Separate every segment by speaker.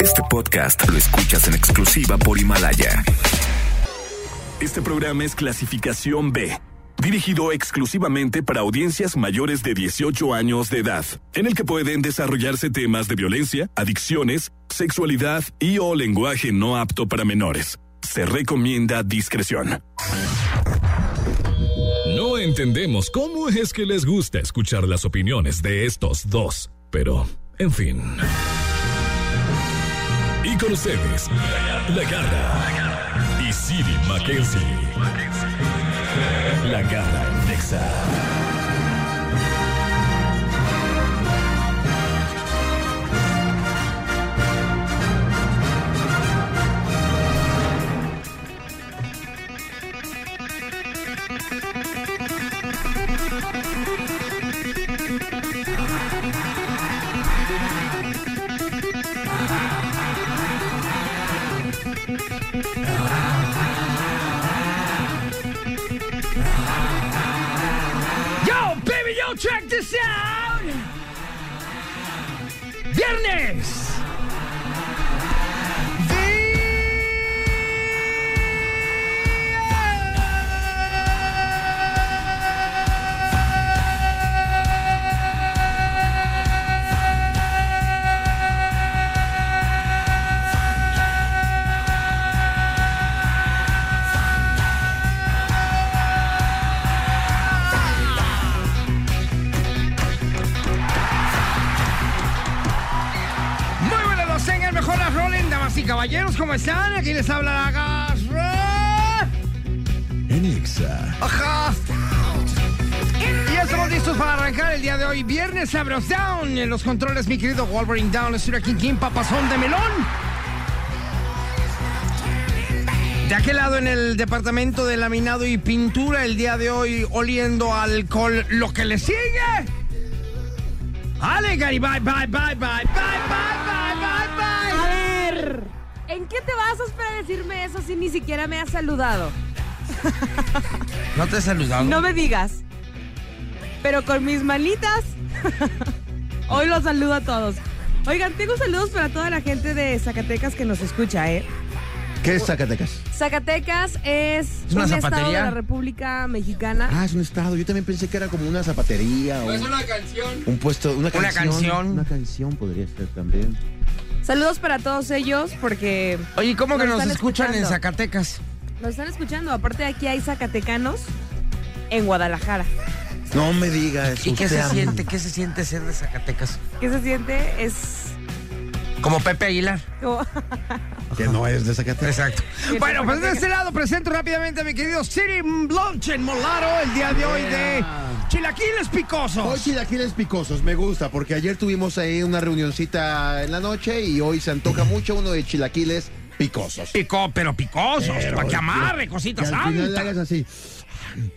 Speaker 1: Este podcast lo escuchas en exclusiva por Himalaya. Este programa es clasificación B, dirigido exclusivamente para audiencias mayores de 18 años de edad, en el que pueden desarrollarse temas de violencia, adicciones, sexualidad y o lenguaje no apto para menores. Se recomienda discreción.
Speaker 2: No entendemos cómo es que les gusta escuchar las opiniones de estos dos, pero, en fin. Y con ustedes, La Garra y Siri Mackenzie. La Garra en Nexa.
Speaker 3: Yo, baby, yo, check this out. Viernes. Muy buenas los tengan, mejor las rolen, damas y caballeros, ¿cómo están? Aquí les habla la garra. Ajá. Y ya estamos listos para arrancar el día de hoy, viernes Sabros Down. En los controles, mi querido Wolverine Down, el Sura King King, papazón de melón. De aquel lado, en el departamento de laminado y pintura, el día de hoy, oliendo alcohol, lo que le sigue. Ale, Gary, bye, bye, bye, bye, bye, bye, bye, bye,
Speaker 4: A
Speaker 3: bye.
Speaker 4: ver, ¿en qué te basas para decirme eso si ni siquiera me has saludado?
Speaker 3: No te he saludado.
Speaker 4: No me digas. Pero con mis manitas, hoy los saludo a todos. Oigan, tengo saludos para toda la gente de Zacatecas que nos escucha, ¿eh?
Speaker 5: ¿Qué es Zacatecas?
Speaker 4: Zacatecas es,
Speaker 3: ¿Es una
Speaker 4: un estado de
Speaker 3: zapatería?
Speaker 4: la República Mexicana.
Speaker 5: Ah, es un estado. Yo también pensé que era como una zapatería o un,
Speaker 6: una canción.
Speaker 5: un puesto, una canción.
Speaker 3: canción.
Speaker 5: Una canción podría ser también.
Speaker 4: Saludos para todos ellos porque
Speaker 3: Oye, ¿cómo que
Speaker 4: Nos
Speaker 3: nos,
Speaker 4: están
Speaker 3: escuchan en
Speaker 4: escuchando.
Speaker 3: Zacatecas?
Speaker 4: nos están escuchando. Aparte de aquí hay zacatecanos en Guadalajara.
Speaker 5: No me digas.
Speaker 3: ¿Y qué
Speaker 5: usted
Speaker 3: se
Speaker 5: a mí.
Speaker 3: siente? ¿Qué se siente ser de Zacatecas?
Speaker 4: ¿Qué se siente? Es
Speaker 3: Como Pepe Aguilar.
Speaker 4: como...
Speaker 5: Que no es de Zacatecas.
Speaker 3: Exacto. Bueno, pues de este lado presento rápidamente a mi querido Siri Blonchen Molaro el día de hoy de Chilaquiles
Speaker 5: Hoy
Speaker 3: Picosos.
Speaker 5: chilaquiles picosos, me gusta, porque ayer tuvimos ahí una reunioncita en la noche y hoy se antoja mucho uno de chilaquiles picosos.
Speaker 3: Picó, pero picosos, para que amarre,
Speaker 5: Que
Speaker 3: cosita
Speaker 5: al final le
Speaker 3: santa.
Speaker 5: hagas así.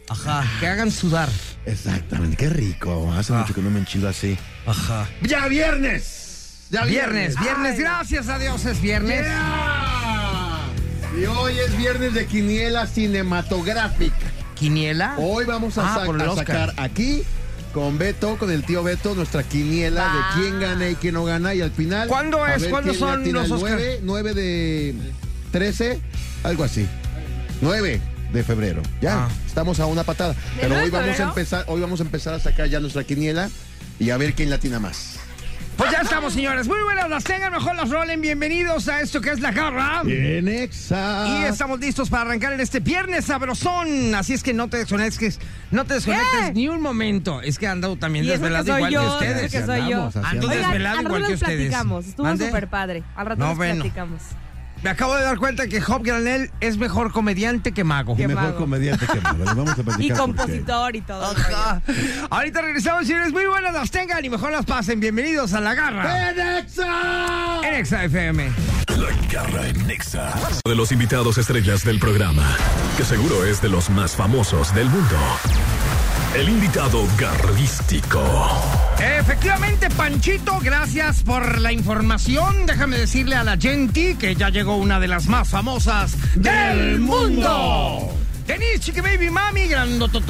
Speaker 3: Ajá, que hagan sudar.
Speaker 5: Exactamente, qué rico. Hace mucho que no me enchido así.
Speaker 3: Ajá.
Speaker 5: ¡Ya viernes! ¡Ya
Speaker 3: Viernes, viernes,
Speaker 4: Ay.
Speaker 3: gracias a Dios es viernes.
Speaker 5: Yeah. Y hoy es viernes de quiniela cinematográfica.
Speaker 3: ¿Quiniela?
Speaker 4: Oh.
Speaker 5: Hoy vamos a,
Speaker 3: Ah,
Speaker 5: sa-
Speaker 3: por el
Speaker 5: a
Speaker 3: Oscar.
Speaker 5: sacar aquí con Beto, con el tío Beto, nuestra quiniela
Speaker 4: Ah.
Speaker 5: de quién gana y quién no gana. Y al final.
Speaker 3: ¿Cuándo
Speaker 5: a
Speaker 3: es?
Speaker 5: ver
Speaker 3: ¿Cuándo
Speaker 5: quién le
Speaker 3: son
Speaker 5: atina
Speaker 3: los
Speaker 5: al
Speaker 3: Oscar?
Speaker 5: 9, 9 de 13, algo así. 9 de febrero. Ya,
Speaker 3: Ah.
Speaker 5: estamos a una patada. Pero
Speaker 4: nueve
Speaker 5: hoy
Speaker 4: de
Speaker 5: vamos a
Speaker 4: febrero?
Speaker 5: empezar, hoy vamos a empezar a sacar ya nuestra quiniela y a ver quién latina más.
Speaker 3: Pues ya estamos, señores. Muy buenas, las tengan, mejor las rolen. Bienvenidos a esto que es La Garra.
Speaker 5: Bien, exa.
Speaker 3: Y
Speaker 4: Ah.
Speaker 3: estamos listos para arrancar en este viernes sabrosón. Así es que no te desconectes, no te desconectes
Speaker 4: ¿Qué?
Speaker 3: ni un momento. Es que he andado también
Speaker 4: ¡Eh! Y eso que
Speaker 3: desvelado
Speaker 4: soy
Speaker 3: igual
Speaker 4: yo,
Speaker 3: que
Speaker 4: eso
Speaker 3: ustedes.
Speaker 4: que soy yo.
Speaker 5: Andamos, así
Speaker 3: Ando
Speaker 5: andamos.
Speaker 3: desvelado
Speaker 4: al
Speaker 3: igual
Speaker 4: rato
Speaker 3: que
Speaker 4: les
Speaker 3: ustedes.
Speaker 4: platicamos. Estuvo
Speaker 3: ¿Mande?
Speaker 4: súper padre. Al rato
Speaker 3: No,
Speaker 4: les
Speaker 3: bueno.
Speaker 4: platicamos.
Speaker 3: Me acabo de dar cuenta que Hop Granel es mejor comediante que mago.
Speaker 4: Qué mejor mago.
Speaker 5: comediante que malo. Vamos a
Speaker 4: Y compositor y todo.
Speaker 3: Ajá. Ahorita regresamos, señores. Muy buenas las tengan y mejor las pasen. Bienvenidos a La Garra
Speaker 4: ¡Eh!
Speaker 3: en Exa FM.
Speaker 2: La Garra en Nexa. De los invitados estrellas del programa, que seguro es de los más famosos del mundo. El invitado garrístico.
Speaker 3: Efectivamente, Panchito, gracias por la información. Déjame decirle a la gente que ya llegó una de las más famosas del mundo. Denise, chique baby, mami,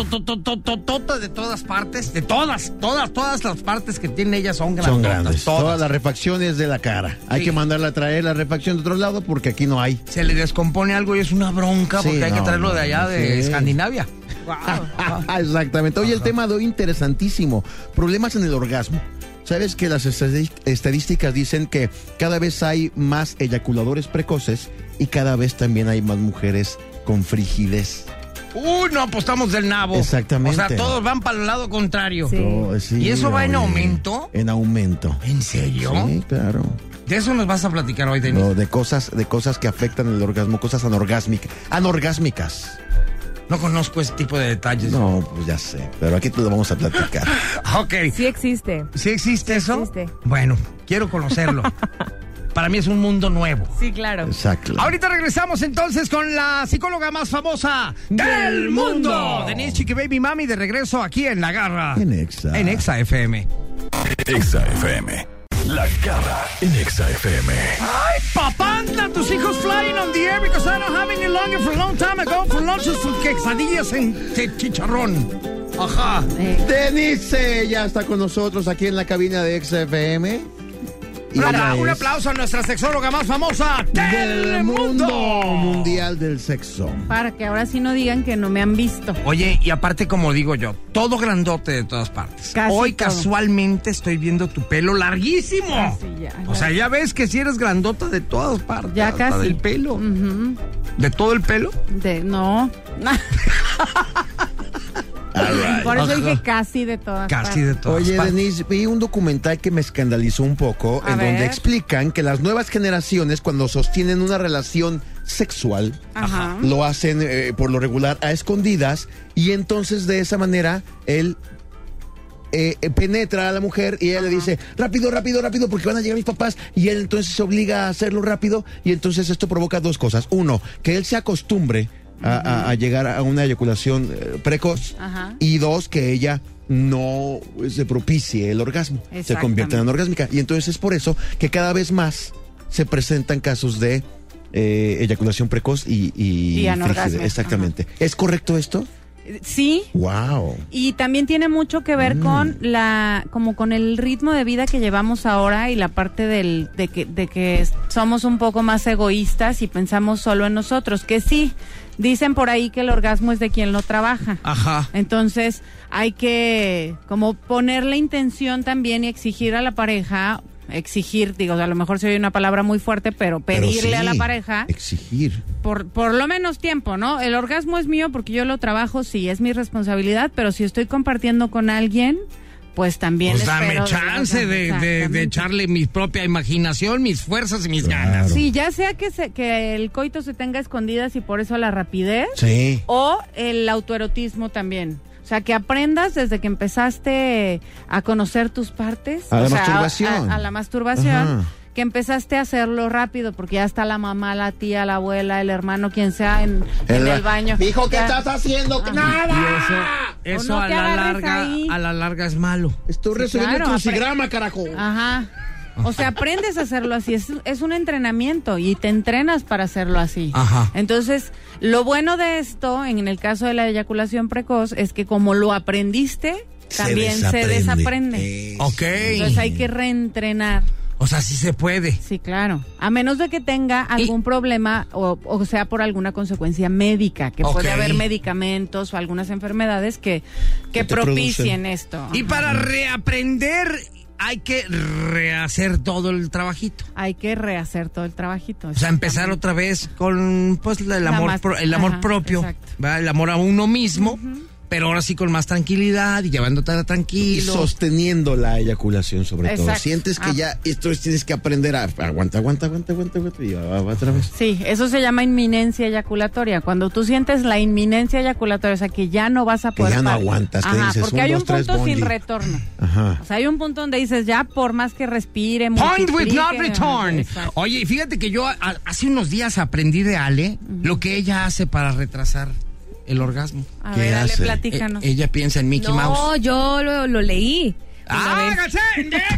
Speaker 3: grandotototototota de todas partes, de todas, todas, todas las partes que tiene ella son grandes.
Speaker 6: Son grandes.
Speaker 5: Todas las refacciones de la cara. Hay
Speaker 3: Sí.
Speaker 5: que mandarla a traer la refacción de otro lado porque aquí no hay.
Speaker 3: Se le descompone algo y es una bronca
Speaker 5: Sí,
Speaker 3: porque hay que
Speaker 5: no,
Speaker 3: traerlo
Speaker 5: no,
Speaker 3: de allá
Speaker 5: no,
Speaker 3: de
Speaker 5: sí.
Speaker 3: Escandinavia. Ah,
Speaker 5: Exactamente. Oye, el tema de hoy interesantísimo. Problemas en el orgasmo. Sabes que las estadi- estadísticas dicen que cada vez hay más eyaculadores precoces y cada vez también hay más mujeres con frigidez.
Speaker 3: Uy, no apostamos del nabo.
Speaker 5: Exactamente.
Speaker 3: O sea, todos van para el lado contrario.
Speaker 4: Sí.
Speaker 5: Oh, sí,
Speaker 3: ¿Y eso va en
Speaker 5: oye,
Speaker 3: aumento?
Speaker 5: En aumento.
Speaker 3: ¿En serio?
Speaker 5: Sí, claro.
Speaker 3: De eso nos vas a platicar hoy, Denise.
Speaker 5: No, de cosas, de cosas que afectan el orgasmo, cosas anorgásmicas. Anorgásmicas.
Speaker 3: No conozco ese tipo de detalles.
Speaker 5: No, pues ya sé, pero aquí te lo vamos a platicar.
Speaker 3: Ok.
Speaker 4: Sí existe.
Speaker 3: ¿Sí existe eso?
Speaker 4: existe.
Speaker 3: Bueno, quiero conocerlo. Para mí es un mundo nuevo.
Speaker 4: Sí, claro.
Speaker 5: Exacto.
Speaker 3: Ahorita regresamos entonces con la psicóloga más famosa del mundo. Denise Chiqui Baby Mami de regreso aquí en La Garra.
Speaker 5: En Exa.
Speaker 3: En Exa FM.
Speaker 2: Exa FM. La garra en Exa FM.
Speaker 3: ¡Ay, papanda! Tus hijos flying on the air because I don't have any longer for a long time ago for lunches sus quesadillas en de chicharrón. Ajá.
Speaker 7: Eh,
Speaker 5: Denise ya está con nosotros aquí en la cabina de XFM.
Speaker 3: Un, apla- un aplauso a nuestra sexóloga más famosa del
Speaker 5: del
Speaker 3: mundo.
Speaker 5: mundo mundial del sexo.
Speaker 7: Para que ahora sí no digan que no me han visto.
Speaker 3: Oye, y aparte, como digo yo, todo grandote de todas partes.
Speaker 7: Casi
Speaker 3: Hoy
Speaker 7: todo.
Speaker 3: casualmente estoy viendo tu pelo larguísimo.
Speaker 7: Casi ya,
Speaker 3: o sea, ya ves que si eres grandota de todas partes.
Speaker 7: Ya
Speaker 3: hasta
Speaker 7: casi.
Speaker 3: Del pelo. ¿De todo el pelo?
Speaker 7: De, no. Por eso dije casi de todas.
Speaker 3: Casi de todas
Speaker 5: Oye,
Speaker 3: partes.
Speaker 5: Denise, vi un documental que me escandalizó un poco,
Speaker 7: A
Speaker 5: en donde
Speaker 7: ver.
Speaker 5: explican que las nuevas generaciones, cuando sostienen una relación sexual,
Speaker 7: Ajá.
Speaker 5: lo hacen eh, por lo regular a escondidas, y entonces de esa manera él eh, eh, penetra a la mujer y ella le dice, rápido, rápido, rápido, porque van a llegar mis papás, y él entonces se obliga a hacerlo rápido, y entonces esto provoca dos cosas. Uno, que él se acostumbre a, a- a llegar a una eyaculación eh, precoz,
Speaker 7: Ajá.
Speaker 5: y dos, que ella no eh, se propicie el orgasmo, se convierta en anorgásmica. Y entonces es por eso que cada vez más se presentan casos de eh, eyaculación precoz y, y,
Speaker 7: Y anorgasmia,
Speaker 5: frigidez. Exactamente. ¿Es correcto esto?
Speaker 7: Sí.
Speaker 5: ¡Wow!
Speaker 7: Y también tiene mucho que ver
Speaker 5: Mm.
Speaker 7: con la, como con el ritmo de vida que llevamos ahora y la parte del, de que, de que es- somos un poco más egoístas y pensamos solo en nosotros. Que sí, dicen por ahí que el orgasmo es de quien lo trabaja.
Speaker 3: Ajá.
Speaker 7: Entonces hay que como poner la intención también y exigir a la pareja, exigir, digo, a lo mejor se oye una palabra muy fuerte, pero
Speaker 5: Pero
Speaker 7: pedirle a la
Speaker 5: sí,
Speaker 7: pareja
Speaker 5: Exigir.
Speaker 7: por, por lo menos tiempo, ¿no? El orgasmo es mío porque yo lo trabajo, sí, es mi responsabilidad, pero si estoy compartiendo con alguien, pues también...
Speaker 3: Pues dame
Speaker 7: espero-
Speaker 3: chance de, de- de
Speaker 7: Exactamente.
Speaker 3: echarle mi propia imaginación, mis fuerzas y mis ganas.
Speaker 7: Sí, ya sea que, se- que el coito se tenga a escondidas y por eso la rapidez,
Speaker 5: Sí.
Speaker 7: o el autoerotismo también. O sea, que aprendas desde que empezaste a conocer tus partes.
Speaker 5: A la
Speaker 7: o sea,
Speaker 5: masturbación.
Speaker 7: A, a la masturbación.
Speaker 5: Ajá.
Speaker 7: Que empezaste a hacerlo rápido, porque ya está la mamá, la tía, la abuela, el hermano, quien sea, en en el, baño.
Speaker 5: Dijo, ¿qué
Speaker 7: Ya- Ah.
Speaker 5: estás haciendo? ¡Nada!
Speaker 3: Y ¡Ah! eso,
Speaker 7: O
Speaker 3: eso
Speaker 7: no
Speaker 3: a
Speaker 7: te
Speaker 3: la
Speaker 7: agarres
Speaker 3: larga,
Speaker 7: ahí.
Speaker 3: a la larga es malo.
Speaker 5: Estoy
Speaker 7: Sí,
Speaker 5: recibiendo
Speaker 7: claro,
Speaker 5: el crucigrama, carajo.
Speaker 7: Ajá. O sea, aprendes a hacerlo así. Es, es un entrenamiento y te entrenas para hacerlo así.
Speaker 3: Ajá.
Speaker 7: Entonces, lo bueno de esto, en el caso de la eyaculación precoz, es que como lo aprendiste, también se desaprende.
Speaker 3: Ok.
Speaker 7: Entonces hay que reentrenar.
Speaker 3: O sea, sí se puede.
Speaker 7: Sí, claro. A menos de que tenga algún problema o, o sea por alguna consecuencia médica, que
Speaker 3: Ok.
Speaker 7: puede haber medicamentos o algunas enfermedades que, que
Speaker 5: Que te producen.
Speaker 7: propicien esto.
Speaker 3: Y para reaprender hay que rehacer todo el trabajito.
Speaker 7: Hay que rehacer todo el trabajito.
Speaker 3: O sea, empezar otra vez con pues la- el
Speaker 7: La
Speaker 3: amor,
Speaker 7: más-
Speaker 3: pro- el amor
Speaker 7: ajá,
Speaker 3: propio,
Speaker 7: exacto.
Speaker 3: ¿verdad? el amor a uno mismo, pero ahora sí con más tranquilidad y llevándote
Speaker 5: Y
Speaker 3: tranquilo.
Speaker 5: sosteniendo la eyaculación, sobre todo.
Speaker 7: Exacto.
Speaker 5: Sientes que
Speaker 7: Ah.
Speaker 5: ya esto es- tienes que aprender a. Aguanta, aguanta, aguanta, aguanta, aguanta. Y va- va otra vez.
Speaker 7: Sí, eso se llama inminencia eyaculatoria. Cuando tú sientes la inminencia eyaculatoria, o sea, que ya no vas a poder.
Speaker 5: ya no
Speaker 7: parar.
Speaker 5: aguantas, que
Speaker 7: Ajá,
Speaker 5: dices,
Speaker 7: porque
Speaker 5: un,
Speaker 7: hay
Speaker 5: dos,
Speaker 7: un
Speaker 5: tres,
Speaker 7: punto sin
Speaker 5: bungee.
Speaker 7: retorno.
Speaker 5: Ajá.
Speaker 7: O sea, hay un punto donde dices, ya por más que respire,
Speaker 3: Point with
Speaker 7: multiplique,
Speaker 3: not return.
Speaker 7: Exacto.
Speaker 3: Oye, y fíjate que yo a- hace unos días aprendí de Ale lo que ella hace para retrasar el orgasmo.
Speaker 7: A
Speaker 5: Oh, ¿Qué
Speaker 7: ver, dale,
Speaker 5: hace? Eh,
Speaker 7: platícanos.
Speaker 3: E- ella piensa en Mickey
Speaker 4: No,
Speaker 3: Mouse.
Speaker 4: yo lo, lo leí.
Speaker 6: Pues,
Speaker 4: una vez.
Speaker 3: ¡Hágase, Index!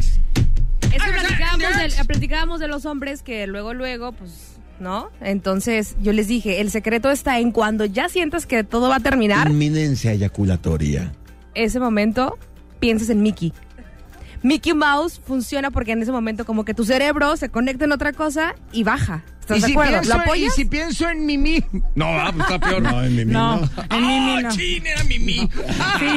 Speaker 4: Es que
Speaker 3: hágase,
Speaker 4: platicábamos
Speaker 3: Index.
Speaker 4: de, platicábamos de los hombres que luego, luego, pues
Speaker 6: ¿no? Entonces yo les dije, el secreto está en cuando ya sientas que todo va a terminar,
Speaker 5: Inminencia eyaculatoria.
Speaker 6: ese momento piensas en Mickey. Mickey Mouse funciona porque en ese momento como que tu cerebro se conecta en otra cosa y baja. ¿Estás
Speaker 3: ¿Y
Speaker 6: de
Speaker 3: si,
Speaker 6: acuerdo?
Speaker 3: pienso,
Speaker 6: ¿Lo
Speaker 3: y
Speaker 6: apoyas?
Speaker 3: si pienso en Mimi. No, ah, pues está peor.
Speaker 5: No, eh. Oh, en mi
Speaker 7: No, a mí
Speaker 3: ¡Ah,
Speaker 7: no.
Speaker 3: chin, era Mimi!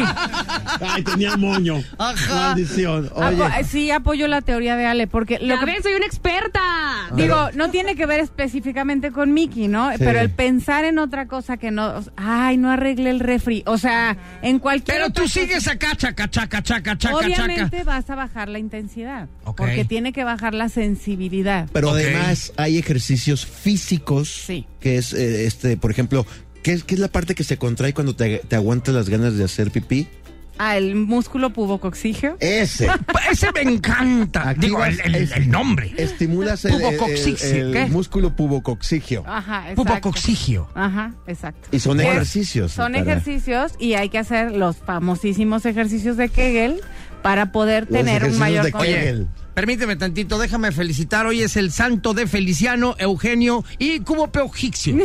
Speaker 5: Ay, tenía moño.
Speaker 3: Ajá.
Speaker 5: Maldición. Oye.
Speaker 7: Apo- eh, sí, apoyo la teoría de Ale, porque lo
Speaker 6: Ya
Speaker 7: que-
Speaker 6: ven, soy una experta.
Speaker 3: Ah,
Speaker 7: digo, no tiene que ver específicamente con Mickey, ¿no?
Speaker 5: Sí.
Speaker 7: Pero el pensar en otra cosa que no, o sea, ay, no arregle el refri, o sea, en cualquier
Speaker 3: Pero tú
Speaker 7: otra cosa,
Speaker 3: sigues acá, chaca, chaca, chaca, chaca,
Speaker 7: obviamente
Speaker 3: chaca.
Speaker 7: vas a bajar la intensidad,
Speaker 3: Ok.
Speaker 7: porque tiene que bajar la sensibilidad.
Speaker 5: Pero
Speaker 3: Ok.
Speaker 5: además hay ejercicios físicos,
Speaker 7: Sí.
Speaker 5: que es, eh, este, por ejemplo, ¿qué es, qué es la parte que se contrae cuando te, te aguantas las ganas de hacer pipí?
Speaker 7: Ah, el músculo pubocoxígeo.
Speaker 5: Ese.
Speaker 3: Pues Ese me encanta.
Speaker 5: Activas
Speaker 3: Digo, el, el-
Speaker 5: el-
Speaker 3: el nombre.
Speaker 5: Estimulas el, el- el-
Speaker 3: Pubococcixio, ¿qué?
Speaker 5: el músculo pubocoxigio.
Speaker 7: Ajá, exacto.
Speaker 3: Pubocoxigio.
Speaker 7: Ajá, exacto.
Speaker 5: Y son
Speaker 7: Es-
Speaker 5: ejercicios.
Speaker 7: Son
Speaker 5: para-
Speaker 7: ejercicios y hay que hacer los famosísimos ejercicios de Kegel para poder
Speaker 5: Los
Speaker 7: tener un
Speaker 5: ejercicios
Speaker 7: mayor
Speaker 5: de
Speaker 7: control.
Speaker 5: Kegel.
Speaker 3: Oye, permíteme tantito, déjame felicitar. Hoy es el santo de Feliciano, Eugenio y Cubo Peojixio.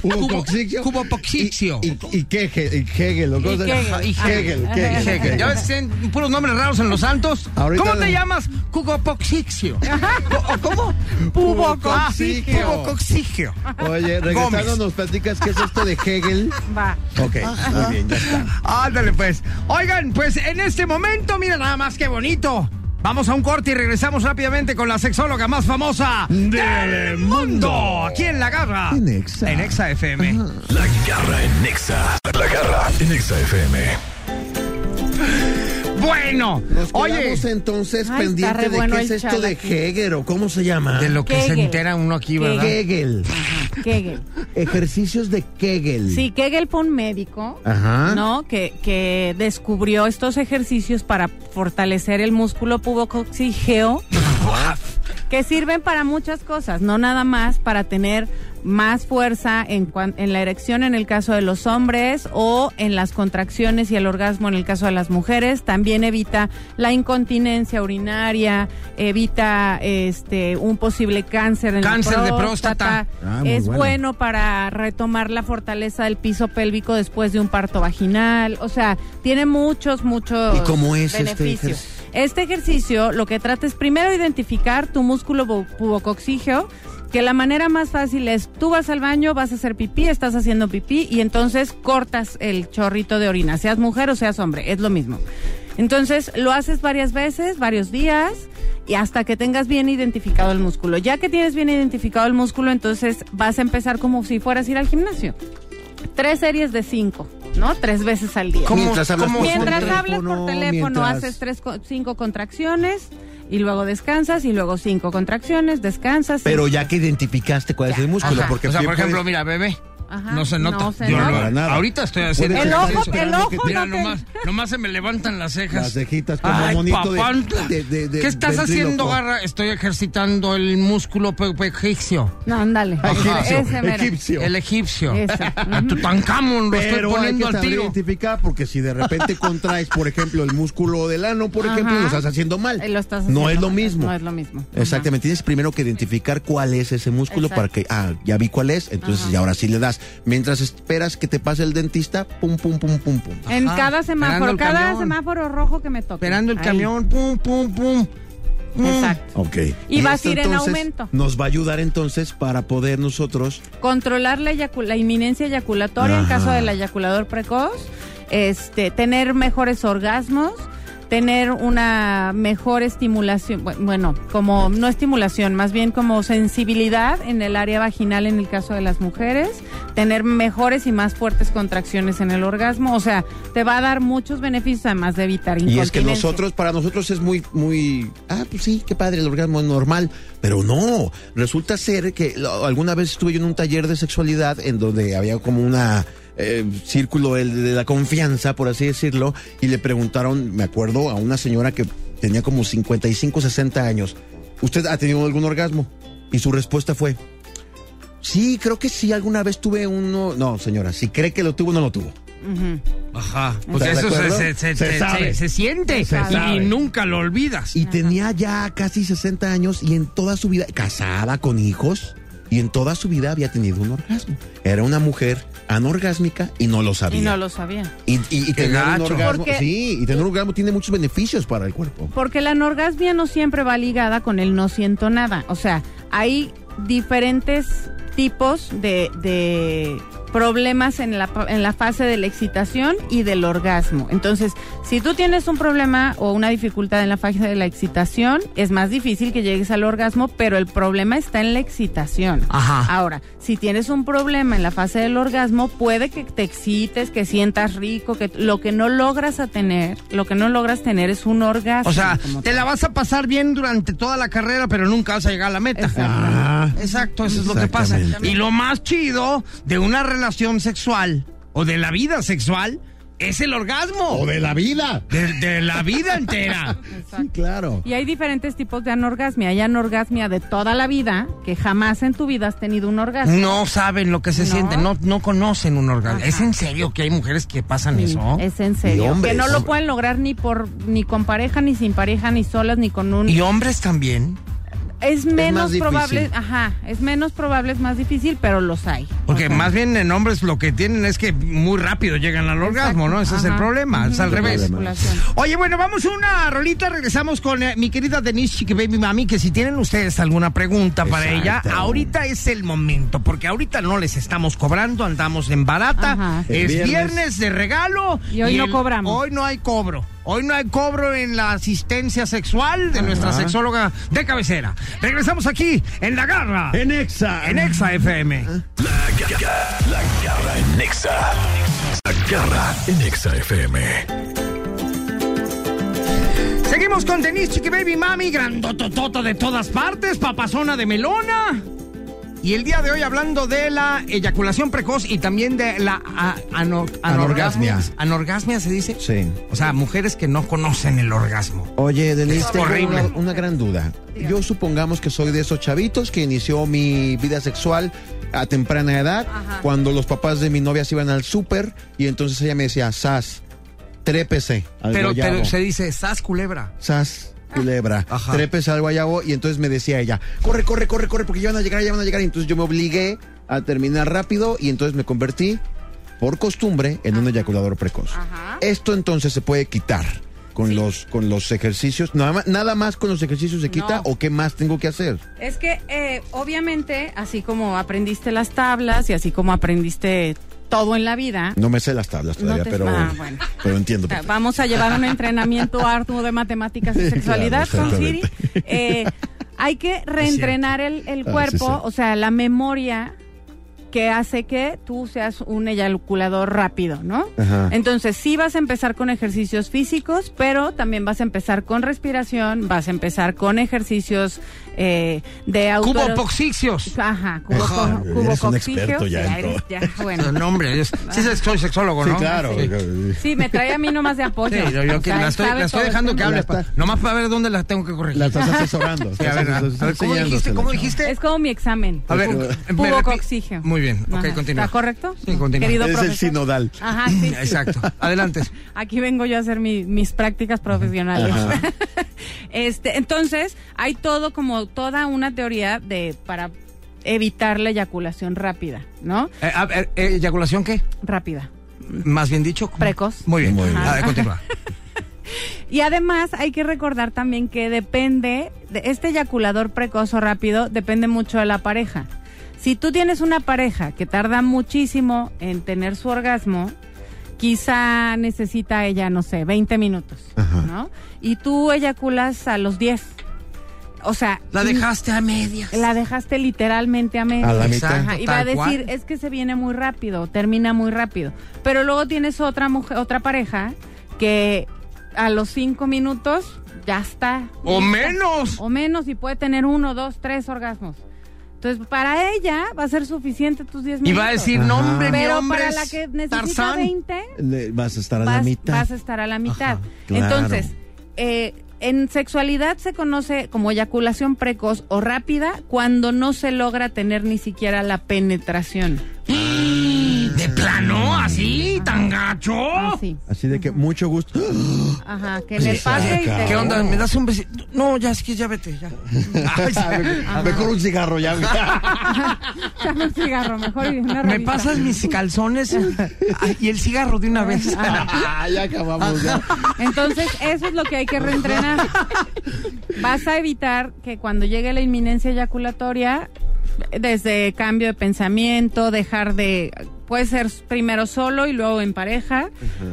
Speaker 5: Pubocoxigio.
Speaker 3: Cubo- cubocoxigio.
Speaker 5: Y, y, y Kegel. Y Kegel. o cosas-
Speaker 7: Kegel.
Speaker 5: Ajá, y Kegel,
Speaker 7: Ajá.
Speaker 5: Kegel,
Speaker 3: Dije,
Speaker 5: Kegel.
Speaker 3: Ya ves, tienen puros nombres raros en los santos.
Speaker 5: Ahorita
Speaker 3: ¿Cómo te
Speaker 5: le-
Speaker 3: llamas? Cugopoxixio. ¿O ¿Cómo?
Speaker 5: Pubocoxigio.
Speaker 3: Ah, Pubocoxigio.
Speaker 5: Oye, regresando
Speaker 3: Gómez.
Speaker 5: nos platicas qué es esto de Hegel.
Speaker 7: Va.
Speaker 5: Ok, muy bien, ya está.
Speaker 3: Ándale, pues. Oigan, pues en este momento, mira nada más que bonito. Vamos a un corte y regresamos rápidamente con la sexóloga más famosa del mundo. Aquí en La Garra.
Speaker 5: En Exa.
Speaker 3: En Exa FM.
Speaker 2: La garra en Nexa. La garra en Nexa FM.
Speaker 3: Bueno,
Speaker 5: Nos
Speaker 3: oye.
Speaker 5: quedamos entonces
Speaker 7: Ay, está re
Speaker 5: pendiente de
Speaker 7: bueno
Speaker 5: qué es
Speaker 7: el
Speaker 5: esto de
Speaker 7: chalaquín.
Speaker 5: Hegel o cómo se llama.
Speaker 3: De lo que se
Speaker 7: Kegel.
Speaker 3: entera uno aquí, ¿verdad?
Speaker 5: Kegel.
Speaker 7: Kegel.
Speaker 5: Ejercicios de
Speaker 3: Mm.
Speaker 5: Kegel.
Speaker 7: Sí, Kegel fue un médico,
Speaker 5: Ajá.
Speaker 7: ¿no? Que, que descubrió estos ejercicios para fortalecer el músculo pubocoxigeo, que sirven para muchas cosas, no nada más para tener más fuerza en, cuan- en la erección en el caso de los hombres o en las contracciones y el orgasmo en el caso de las mujeres. También evita la incontinencia urinaria, evita este un posible cáncer en
Speaker 3: Cáncer
Speaker 7: la
Speaker 3: de próstata.
Speaker 7: próstata.
Speaker 5: Ah, muy
Speaker 7: es bueno
Speaker 5: bueno.
Speaker 7: bueno para retomar la fortaleza del piso pélvico después de un parto vaginal. O sea, tiene muchos, muchos
Speaker 5: ¿Y cómo es este
Speaker 7: beneficios.
Speaker 5: ejercicio?
Speaker 7: Este ejercicio lo que trata es primero identificar tu músculo bu- pubocoxígeo, que la manera más fácil es tú vas al baño, vas a hacer pipí, estás haciendo pipí y entonces cortas el chorrito de orina, seas mujer o seas hombre, es lo mismo. Entonces lo haces varias veces, varios días y hasta que tengas bien identificado el músculo. Ya que tienes bien identificado el músculo, entonces vas a empezar como si fueras a ir al gimnasio. Tres series de cinco, ¿no? Tres veces al día.
Speaker 3: ¿Cómo-
Speaker 5: Mientras hablas
Speaker 3: cómo-
Speaker 5: por
Speaker 7: Mientras
Speaker 5: teléfono,
Speaker 7: hablas por teléfono,
Speaker 5: mientras-
Speaker 7: haces tres, co- cinco contracciones y luego descansas y luego cinco contracciones, descansas.
Speaker 5: Pero
Speaker 7: cinco-
Speaker 5: ya que identificaste cuál es el músculo,
Speaker 3: Ajá.
Speaker 5: porque
Speaker 3: o sea, por
Speaker 5: puedes-
Speaker 3: ejemplo, mira, bebé.
Speaker 7: Ajá,
Speaker 3: no se nota.
Speaker 7: no se
Speaker 3: Yo
Speaker 7: nota.
Speaker 3: lo-
Speaker 5: Para nada.
Speaker 3: Ahorita estoy haciendo
Speaker 5: Puedes
Speaker 7: El ojo,
Speaker 5: estar
Speaker 7: el
Speaker 5: esperando que
Speaker 7: ojo
Speaker 5: te-
Speaker 3: Mira,
Speaker 7: no te-
Speaker 3: nomás, nomás se me levantan las cejas.
Speaker 5: Las cejitas como
Speaker 3: Ay,
Speaker 5: monito de-
Speaker 3: papantla.
Speaker 5: de- de- de-
Speaker 3: ¿Qué estás
Speaker 5: ventríloco?
Speaker 3: haciendo, Garra? Estoy ejercitando el músculo pe- pe- egipcio.
Speaker 7: No, ándale.
Speaker 5: Ah, Egipcio,
Speaker 7: Ese mero.
Speaker 5: egipcio.
Speaker 3: El egipcio.
Speaker 7: Ese,
Speaker 3: A Tutankamón lo estoy
Speaker 5: oh. Pero hay que
Speaker 3: poniendo al
Speaker 5: saber
Speaker 3: tiro.
Speaker 5: identificar porque si de repente contraes, por ejemplo, el músculo del ano, por
Speaker 7: Ajá.
Speaker 5: ejemplo, lo estás haciendo mal.
Speaker 7: Eh, lo estás
Speaker 5: no
Speaker 7: haciendo
Speaker 5: es lo
Speaker 7: mal,
Speaker 5: mismo.
Speaker 7: no es lo mismo. Ajá.
Speaker 5: Exactamente. Tienes primero que identificar cuál es ese músculo
Speaker 7: Exacto.
Speaker 5: para que, ah, ya vi cuál es, entonces
Speaker 7: Ajá.
Speaker 5: y ahora sí le das. Mientras esperas que te pase el dentista, pum, pum, pum, pum, pum.
Speaker 7: En
Speaker 3: Ajá, esperando
Speaker 7: cada
Speaker 3: el
Speaker 7: semáforo, cada
Speaker 3: camión.
Speaker 7: semáforo rojo que me toque.
Speaker 3: Esperando el
Speaker 7: Ahí.
Speaker 3: camión, pum, pum, pum. pum.
Speaker 7: Exacto.
Speaker 5: Ok.
Speaker 7: Y vas
Speaker 5: esto
Speaker 7: a ir en
Speaker 5: entonces
Speaker 7: aumento.
Speaker 5: Nos va a ayudar entonces para poder nosotros.
Speaker 7: Controlar la, eyacul- la inminencia eyaculatoria en
Speaker 5: Ajá.
Speaker 7: caso del eyaculador precoz, este, tener mejores orgasmos, tener una mejor estimulación, bu- bueno, como no estimulación, más bien como sensibilidad en el área vaginal en el caso de las mujeres, tener mejores y más fuertes contracciones en el orgasmo, o sea, te va a dar muchos beneficios además de evitar
Speaker 5: Y es que
Speaker 7: incontinencia.
Speaker 5: nosotros, para nosotros es muy, muy. Ah, pues sí, qué padre, el orgasmo es normal. Pero no. Resulta ser que lo- alguna vez estuve yo en un taller de sexualidad en donde había como una. eh, círculo el de la confianza, por así decirlo, y le preguntaron, me acuerdo, a una señora que tenía como 55, 60 años, ¿usted ha tenido algún orgasmo? Y su respuesta fue, sí, creo que sí, alguna vez tuve uno, no, señora, si cree que lo tuvo, no lo tuvo.
Speaker 7: Ujú.
Speaker 3: Ajá. Pues
Speaker 5: ¿Estás de
Speaker 3: eso se,
Speaker 5: acuerdo?
Speaker 3: se- se-
Speaker 5: Se
Speaker 3: se-
Speaker 5: sabe.
Speaker 3: se- se siente.
Speaker 5: Se
Speaker 3: y
Speaker 5: sabe.
Speaker 3: nunca lo olvidas.
Speaker 5: Y tenía ya casi 60 años y en toda su vida, casada con hijos, y en toda su vida había tenido un orgasmo. Era una mujer anorgásmica y no lo sabía.
Speaker 7: Y no lo sabía.
Speaker 5: Y, y- y
Speaker 3: Qué
Speaker 5: tener un
Speaker 3: gacho.
Speaker 5: orgasmo,
Speaker 7: Porque-
Speaker 5: sí, y tener un orgasmo tiene muchos beneficios para el cuerpo.
Speaker 7: Porque la anorgasmia no siempre va ligada con el no siento nada. O sea, hay diferentes tipos de, de problemas en la, pa- en la fase de la excitación y del orgasmo. Entonces, si tú tienes un problema o una dificultad en la fase de la excitación, es más difícil que llegues al orgasmo, pero el problema está en la excitación.
Speaker 3: Ajá.
Speaker 7: Ahora, si tienes un problema en la fase del orgasmo, puede que te excites, que sientas rico, que lo que no logras a tener, lo que no logras tener es un orgasmo.
Speaker 3: O sea,
Speaker 7: como
Speaker 3: te la
Speaker 7: tal.
Speaker 3: vas a pasar bien durante toda la carrera, pero nunca vas a llegar a la meta.
Speaker 7: Exacto.
Speaker 5: Ah.
Speaker 3: Exacto, eso es lo que pasa.
Speaker 5: Exactamente.
Speaker 3: Y lo más chido de una relación sexual o de la vida sexual es el orgasmo.
Speaker 5: O de la vida.
Speaker 3: De, de la vida entera.
Speaker 5: Sí, claro.
Speaker 7: Y hay diferentes tipos de anorgasmia. Hay anorgasmia de toda la vida, que jamás en tu vida has tenido un orgasmo.
Speaker 3: No saben lo que se
Speaker 7: No.
Speaker 3: siente, no, no conocen un orgasmo.
Speaker 7: Ajá.
Speaker 3: ¿Es en serio que hay mujeres que pasan
Speaker 7: Sí,
Speaker 3: eso?
Speaker 7: Es en serio.
Speaker 5: Y hombres,
Speaker 7: que no lo
Speaker 5: hombre.
Speaker 7: pueden lograr ni por ni con pareja, ni sin pareja, ni solas, ni con un.
Speaker 3: Y hombres también.
Speaker 7: es menos
Speaker 5: difícil.
Speaker 7: probable, ajá, es menos probable, es más difícil, pero los hay.
Speaker 3: Porque
Speaker 7: O sea,
Speaker 3: más bien en hombres lo que tienen es que muy rápido llegan al orgasmo, ¿no? Ese es el
Speaker 7: Ajá.
Speaker 3: problema, es
Speaker 7: Ujú.
Speaker 3: al
Speaker 7: La
Speaker 3: revés.
Speaker 7: eyaculación.
Speaker 3: Oye, bueno, vamos a una rolita, regresamos con eh, mi querida Denise Chiqui Baby Mami, que si tienen ustedes alguna pregunta para ella,
Speaker 5: Exacto.
Speaker 3: ahorita es el momento, porque ahorita no les estamos cobrando, andamos en barata,
Speaker 7: Ajá.
Speaker 5: El
Speaker 3: es viernes.
Speaker 5: viernes.
Speaker 3: de regalo.
Speaker 7: Y hoy no
Speaker 3: el-
Speaker 7: cobramos.
Speaker 3: Hoy no hay cobro. Hoy no hay cobro en la asistencia sexual de nuestra sexóloga de cabecera. Regresamos aquí en La Garra, en,
Speaker 5: En Exa.
Speaker 3: Exa FM.
Speaker 5: Ah.
Speaker 2: La garra, la garra en Nexa. La garra en Nexa FM.
Speaker 3: Seguimos con Denise Chiqui Baby Mami, grandototota de todas partes, papazona de melona. Y el día de hoy hablando de la eyaculación precoz y también de la a- ano-
Speaker 5: Anorgasmia.
Speaker 3: Anorgasmia se dice.
Speaker 5: Sí.
Speaker 3: O sea, mujeres que no conocen el orgasmo.
Speaker 5: Oye, Denise,
Speaker 3: Es
Speaker 5: tengo
Speaker 3: horrible.
Speaker 5: una, una gran duda. Yo supongamos que soy de esos chavitos que inició mi vida sexual a temprana edad, cuando los papás de mi novia se iban al súper y entonces ella me decía, Sas, trépese al
Speaker 3: Pero,
Speaker 5: guayabo.
Speaker 3: pero se dice, sas culebra.
Speaker 5: Sas, culebra,
Speaker 3: Ajá.
Speaker 5: trépese al guayabo y entonces me decía ella, corre, corre, corre, corre, porque ya van a llegar, ya van a llegar. Y entonces yo me obligué a terminar rápido y entonces me convertí, por costumbre, en un eyaculador precoz.
Speaker 7: Ajá.
Speaker 5: Esto entonces se puede quitar con los con los ejercicios. Nada más, nada más con los ejercicios se quita
Speaker 7: No.
Speaker 5: o qué más tengo que hacer.
Speaker 7: Es que eh, obviamente, así como aprendiste las tablas y así como aprendiste todo en la vida,
Speaker 5: No me sé las tablas todavía,
Speaker 7: te-
Speaker 5: pero
Speaker 7: ah, bueno.
Speaker 5: pero entiendo.
Speaker 7: o sea, Ah, vamos a llevar un entrenamiento arduo de matemáticas y
Speaker 5: Sí,
Speaker 7: sexualidad,
Speaker 5: claro,
Speaker 7: Son Siri.
Speaker 5: exactamente.
Speaker 7: Eh, hay que reentrenar el, el
Speaker 5: Ah,
Speaker 7: cuerpo,
Speaker 5: sí, sí.
Speaker 7: o sea, la memoria que hace que tú seas un eyaculador rápido, ¿no?
Speaker 5: Ajá.
Speaker 7: Entonces, sí vas a empezar con ejercicios físicos, pero también vas a empezar con respiración, vas a empezar con ejercicios eh, de auto.
Speaker 3: Cubo poxixios.
Speaker 7: Ajá, cubo,
Speaker 5: Ajá,
Speaker 7: co- cubo
Speaker 5: eres un
Speaker 7: coxígeo.
Speaker 5: experto ya
Speaker 7: Sí,
Speaker 5: en todo.
Speaker 7: eres- ya, bueno.
Speaker 3: No, hombre, yo- sí soy- soy sexólogo,
Speaker 5: Sí,
Speaker 3: ¿no?
Speaker 5: claro.
Speaker 3: Sí.
Speaker 7: Sí, me trae a mí nomás de apoyo.
Speaker 3: Sí, yo, yo
Speaker 7: O
Speaker 3: que
Speaker 7: sea,
Speaker 3: la
Speaker 7: él
Speaker 3: estoy,
Speaker 7: sabe
Speaker 3: la estoy
Speaker 7: todo el
Speaker 3: dejando que
Speaker 7: tema.
Speaker 3: hable,
Speaker 5: Ya está.
Speaker 3: pa- nomás para ver dónde la tengo que corregir.
Speaker 5: La estás asesorando.
Speaker 3: Sí, a ver, a- a ver, ¿cómo dijiste? ¿Cómo dijiste?
Speaker 7: Es como mi examen.
Speaker 3: Este A ver, eh, me
Speaker 7: cubo
Speaker 3: repi-
Speaker 7: coxígeo.
Speaker 3: Muy bien, ok,
Speaker 7: Ajá.
Speaker 3: continúa.
Speaker 7: ¿Está correcto?
Speaker 3: Sí, continúa.
Speaker 7: Querido
Speaker 5: Es el
Speaker 7: profesor.
Speaker 5: sinodal.
Speaker 7: Ajá, sí, sí.
Speaker 3: Exacto. Adelante.
Speaker 7: Aquí vengo yo a hacer mi- mis prácticas profesionales.
Speaker 5: Ajá.
Speaker 7: este, entonces, hay todo como toda una teoría de para evitar la eyaculación rápida, ¿no?
Speaker 3: Eh, a ver, eh, ¿Eyaculación qué?
Speaker 7: Rápida.
Speaker 3: Más bien dicho. ¿cómo?
Speaker 7: Precoz.
Speaker 3: Muy bien.
Speaker 5: Muy bien.
Speaker 3: A ver, continúa.
Speaker 7: Y además hay que recordar también que depende, de este eyaculador precoz o rápido depende mucho de la pareja. Si tú tienes una pareja que tarda muchísimo en tener su orgasmo, quizá necesita ella, no sé, 20 minutos,
Speaker 5: Ajá.
Speaker 7: ¿no? Y tú eyaculas a los 10. O sea,
Speaker 3: La dejaste a medias.
Speaker 7: la dejaste literalmente a medias.
Speaker 5: A la
Speaker 3: Exacto.
Speaker 5: mitad.
Speaker 7: Ajá, y va Ah, a
Speaker 3: Tal
Speaker 7: decir,
Speaker 3: cual.
Speaker 7: es que se viene muy rápido, termina muy rápido. Pero luego tienes otra mujer, otra pareja que a los cinco minutos ya está.
Speaker 3: O
Speaker 7: lista.
Speaker 3: menos.
Speaker 7: eh, O menos y puede tener uno, dos, tres orgasmos. Entonces, para ella va a ser suficiente tus 10
Speaker 3: Y
Speaker 7: minutos.
Speaker 3: va a decir,
Speaker 5: Ajá.
Speaker 3: no, hombre, mi
Speaker 7: Pero
Speaker 3: hombre
Speaker 7: para
Speaker 3: es
Speaker 7: la que necesita
Speaker 3: Tarzán.
Speaker 7: 20,
Speaker 5: Le- Vas a estar a la
Speaker 7: vas,
Speaker 5: mitad.
Speaker 7: vas a estar a la mitad.
Speaker 3: Ajá,
Speaker 5: claro.
Speaker 7: Entonces, eh, en sexualidad se conoce como eyaculación precoz o rápida cuando no se logra tener ni siquiera la penetración.
Speaker 3: ¿De plano? ¡Ah! ¿Así? ¿Tan muchacho.
Speaker 7: Así.
Speaker 5: Así de que mucho gusto.
Speaker 7: Ajá, que le pase y te...
Speaker 8: ¿Qué onda? ¿Me das un besito? No, ya es que ya vete, ya.
Speaker 5: Ay,
Speaker 7: Ah,
Speaker 5: ya. Mejor un cigarro ya. güey.
Speaker 7: Dame un cigarro, mejor y una
Speaker 8: ¿Me
Speaker 7: revista.
Speaker 8: pasas mis calzones Ah, y el cigarro de una vez?
Speaker 5: ya acabamos ya.
Speaker 7: Entonces, eso es lo que hay que reentrenar. Vas a evitar que cuando llegue la inminencia eyaculatoria, desde cambio de pensamiento, dejar de. Puede ser primero solo y luego en pareja.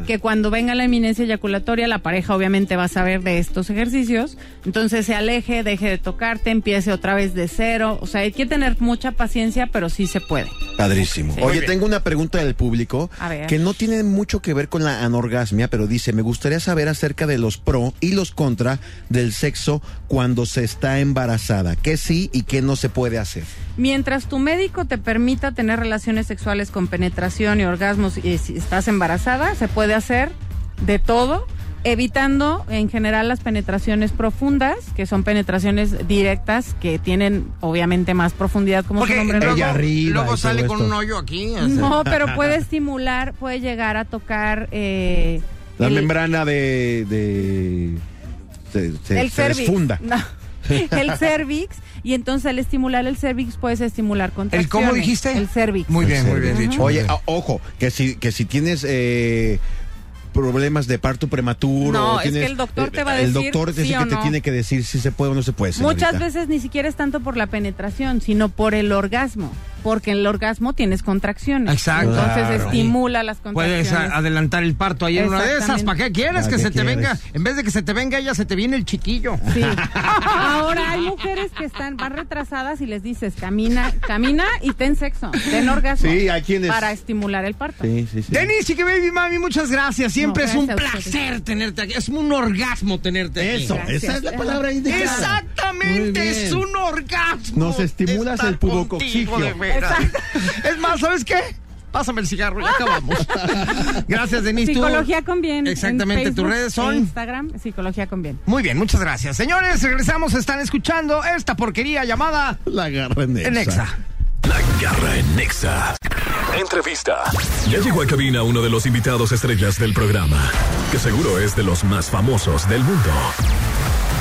Speaker 7: Que cuando venga la inminencia eyaculatoria, la pareja obviamente va a saber de estos ejercicios. Entonces se aleje, deje de tocarte, empiece otra vez de cero. O sea, hay que tener mucha paciencia, pero sí se puede.
Speaker 5: Padrísimo. Oye, tengo una pregunta del público
Speaker 7: A ver.
Speaker 5: que no tiene mucho que ver con la anorgasmia, pero dice, me gustaría saber acerca de los pro y los contra del sexo cuando se está embarazada. ¿Qué sí y qué no se puede hacer?
Speaker 7: Mientras tu médico te permita tener relaciones sexuales con penetración y orgasmos y si estás embarazada, se puede hacer de todo, evitando en general las penetraciones profundas, que son penetraciones directas que tienen obviamente más profundidad como su
Speaker 8: Porque
Speaker 7: nombre lo
Speaker 8: luego,
Speaker 5: Ella arriba y
Speaker 8: luego
Speaker 5: todo
Speaker 8: sale con
Speaker 5: esto.
Speaker 8: un hoyo aquí. o sea.
Speaker 7: No, pero puede estimular, puede llegar a tocar eh,
Speaker 5: La
Speaker 7: el-
Speaker 5: membrana de... de- se, se-
Speaker 7: el
Speaker 5: se
Speaker 7: cervix.
Speaker 5: desfunda.
Speaker 7: No, el cervix y entonces al estimular el cervix puedes estimular contracciones.
Speaker 8: ¿El cómo dijiste?
Speaker 7: El cervix.
Speaker 8: Muy bien,
Speaker 5: Sí.
Speaker 8: muy bien dicho.
Speaker 5: Oye, a- ojo, que si, que si tienes eh, problemas de parto prematuro.
Speaker 7: No,
Speaker 5: o
Speaker 7: es que
Speaker 5: tienes- eh,
Speaker 7: el doctor te va a
Speaker 5: El
Speaker 7: decir
Speaker 5: doctor es el
Speaker 7: sí o
Speaker 5: que te
Speaker 7: no.
Speaker 5: tiene que decir si se puede o no se puede. señorita.
Speaker 7: Muchas veces ni siquiera es tanto por la penetración, sino por el orgasmo, porque en el orgasmo tienes contracciones.
Speaker 8: Exacto.
Speaker 7: Entonces
Speaker 5: Claro.
Speaker 7: estimula las
Speaker 8: Puedes
Speaker 7: contracciones.
Speaker 8: a- adelantar el parto ahí en una de esas.
Speaker 7: Exactamente.
Speaker 8: ¿Para qué quieres
Speaker 5: ¿Para
Speaker 8: que
Speaker 5: qué
Speaker 8: se te
Speaker 5: quieres?
Speaker 8: venga? En vez de que se te venga ella, se te viene el chiquillo.
Speaker 7: Sí. Ahora hay mujeres que están van retrasadas y les dices, "Camina, camina y ten sexo, ten orgasmo."
Speaker 5: Sí, hay quienes-
Speaker 7: para estimular el parto.
Speaker 5: Sí, sí, sí.
Speaker 3: Denise, Chiqui Baby Mami, muchas gracias. Siempre
Speaker 7: No,
Speaker 3: es un
Speaker 7: gracias a ustedes.
Speaker 3: placer.
Speaker 8: placer tenerte aquí. Es un orgasmo tenerte aquí.
Speaker 5: Eso, esa es la palabra indicada. Muy
Speaker 8: Exactamente,
Speaker 5: bien.
Speaker 8: es un orgasmo.
Speaker 5: Nos estimulas
Speaker 8: estar
Speaker 5: el pubocoxigio.
Speaker 8: contigo, de veras. Es más, ¿sabes qué? Pásame el cigarro, ya acabamos. gracias, Denise. tú-
Speaker 7: Psicología con bien. en
Speaker 8: Exactamente, tus
Speaker 7: Facebook
Speaker 8: redes
Speaker 7: e
Speaker 8: son.
Speaker 7: Instagram, psicología con bien.
Speaker 8: Muy bien, muchas gracias. Señores, regresamos. Están escuchando esta porquería llamada
Speaker 5: La garra en Nexa.
Speaker 8: en Exa.
Speaker 2: La garra en Nexa. Entrevista. Ya llegó a cabina uno de los invitados estrellas del programa, que seguro es de los más famosos del mundo.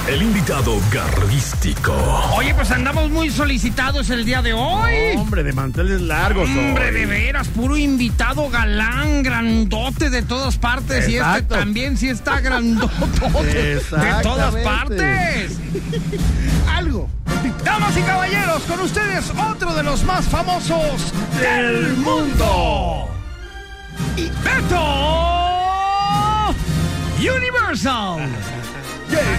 Speaker 2: El invitado garrístico.
Speaker 3: Oye, pues andamos muy solicitados el día de hoy.
Speaker 9: Hombre, de manteles largos.
Speaker 3: Hombre,
Speaker 9: hoy.
Speaker 3: de veras, puro invitado galán, grandote de todas partes. Y este
Speaker 9: Exacto.
Speaker 3: también sí está grandotote. De todas
Speaker 5: Exactamente.
Speaker 3: partes. Algo. Damas y caballeros, con ustedes otro de los más famosos del mundo. Y Beto Universal.
Speaker 9: No,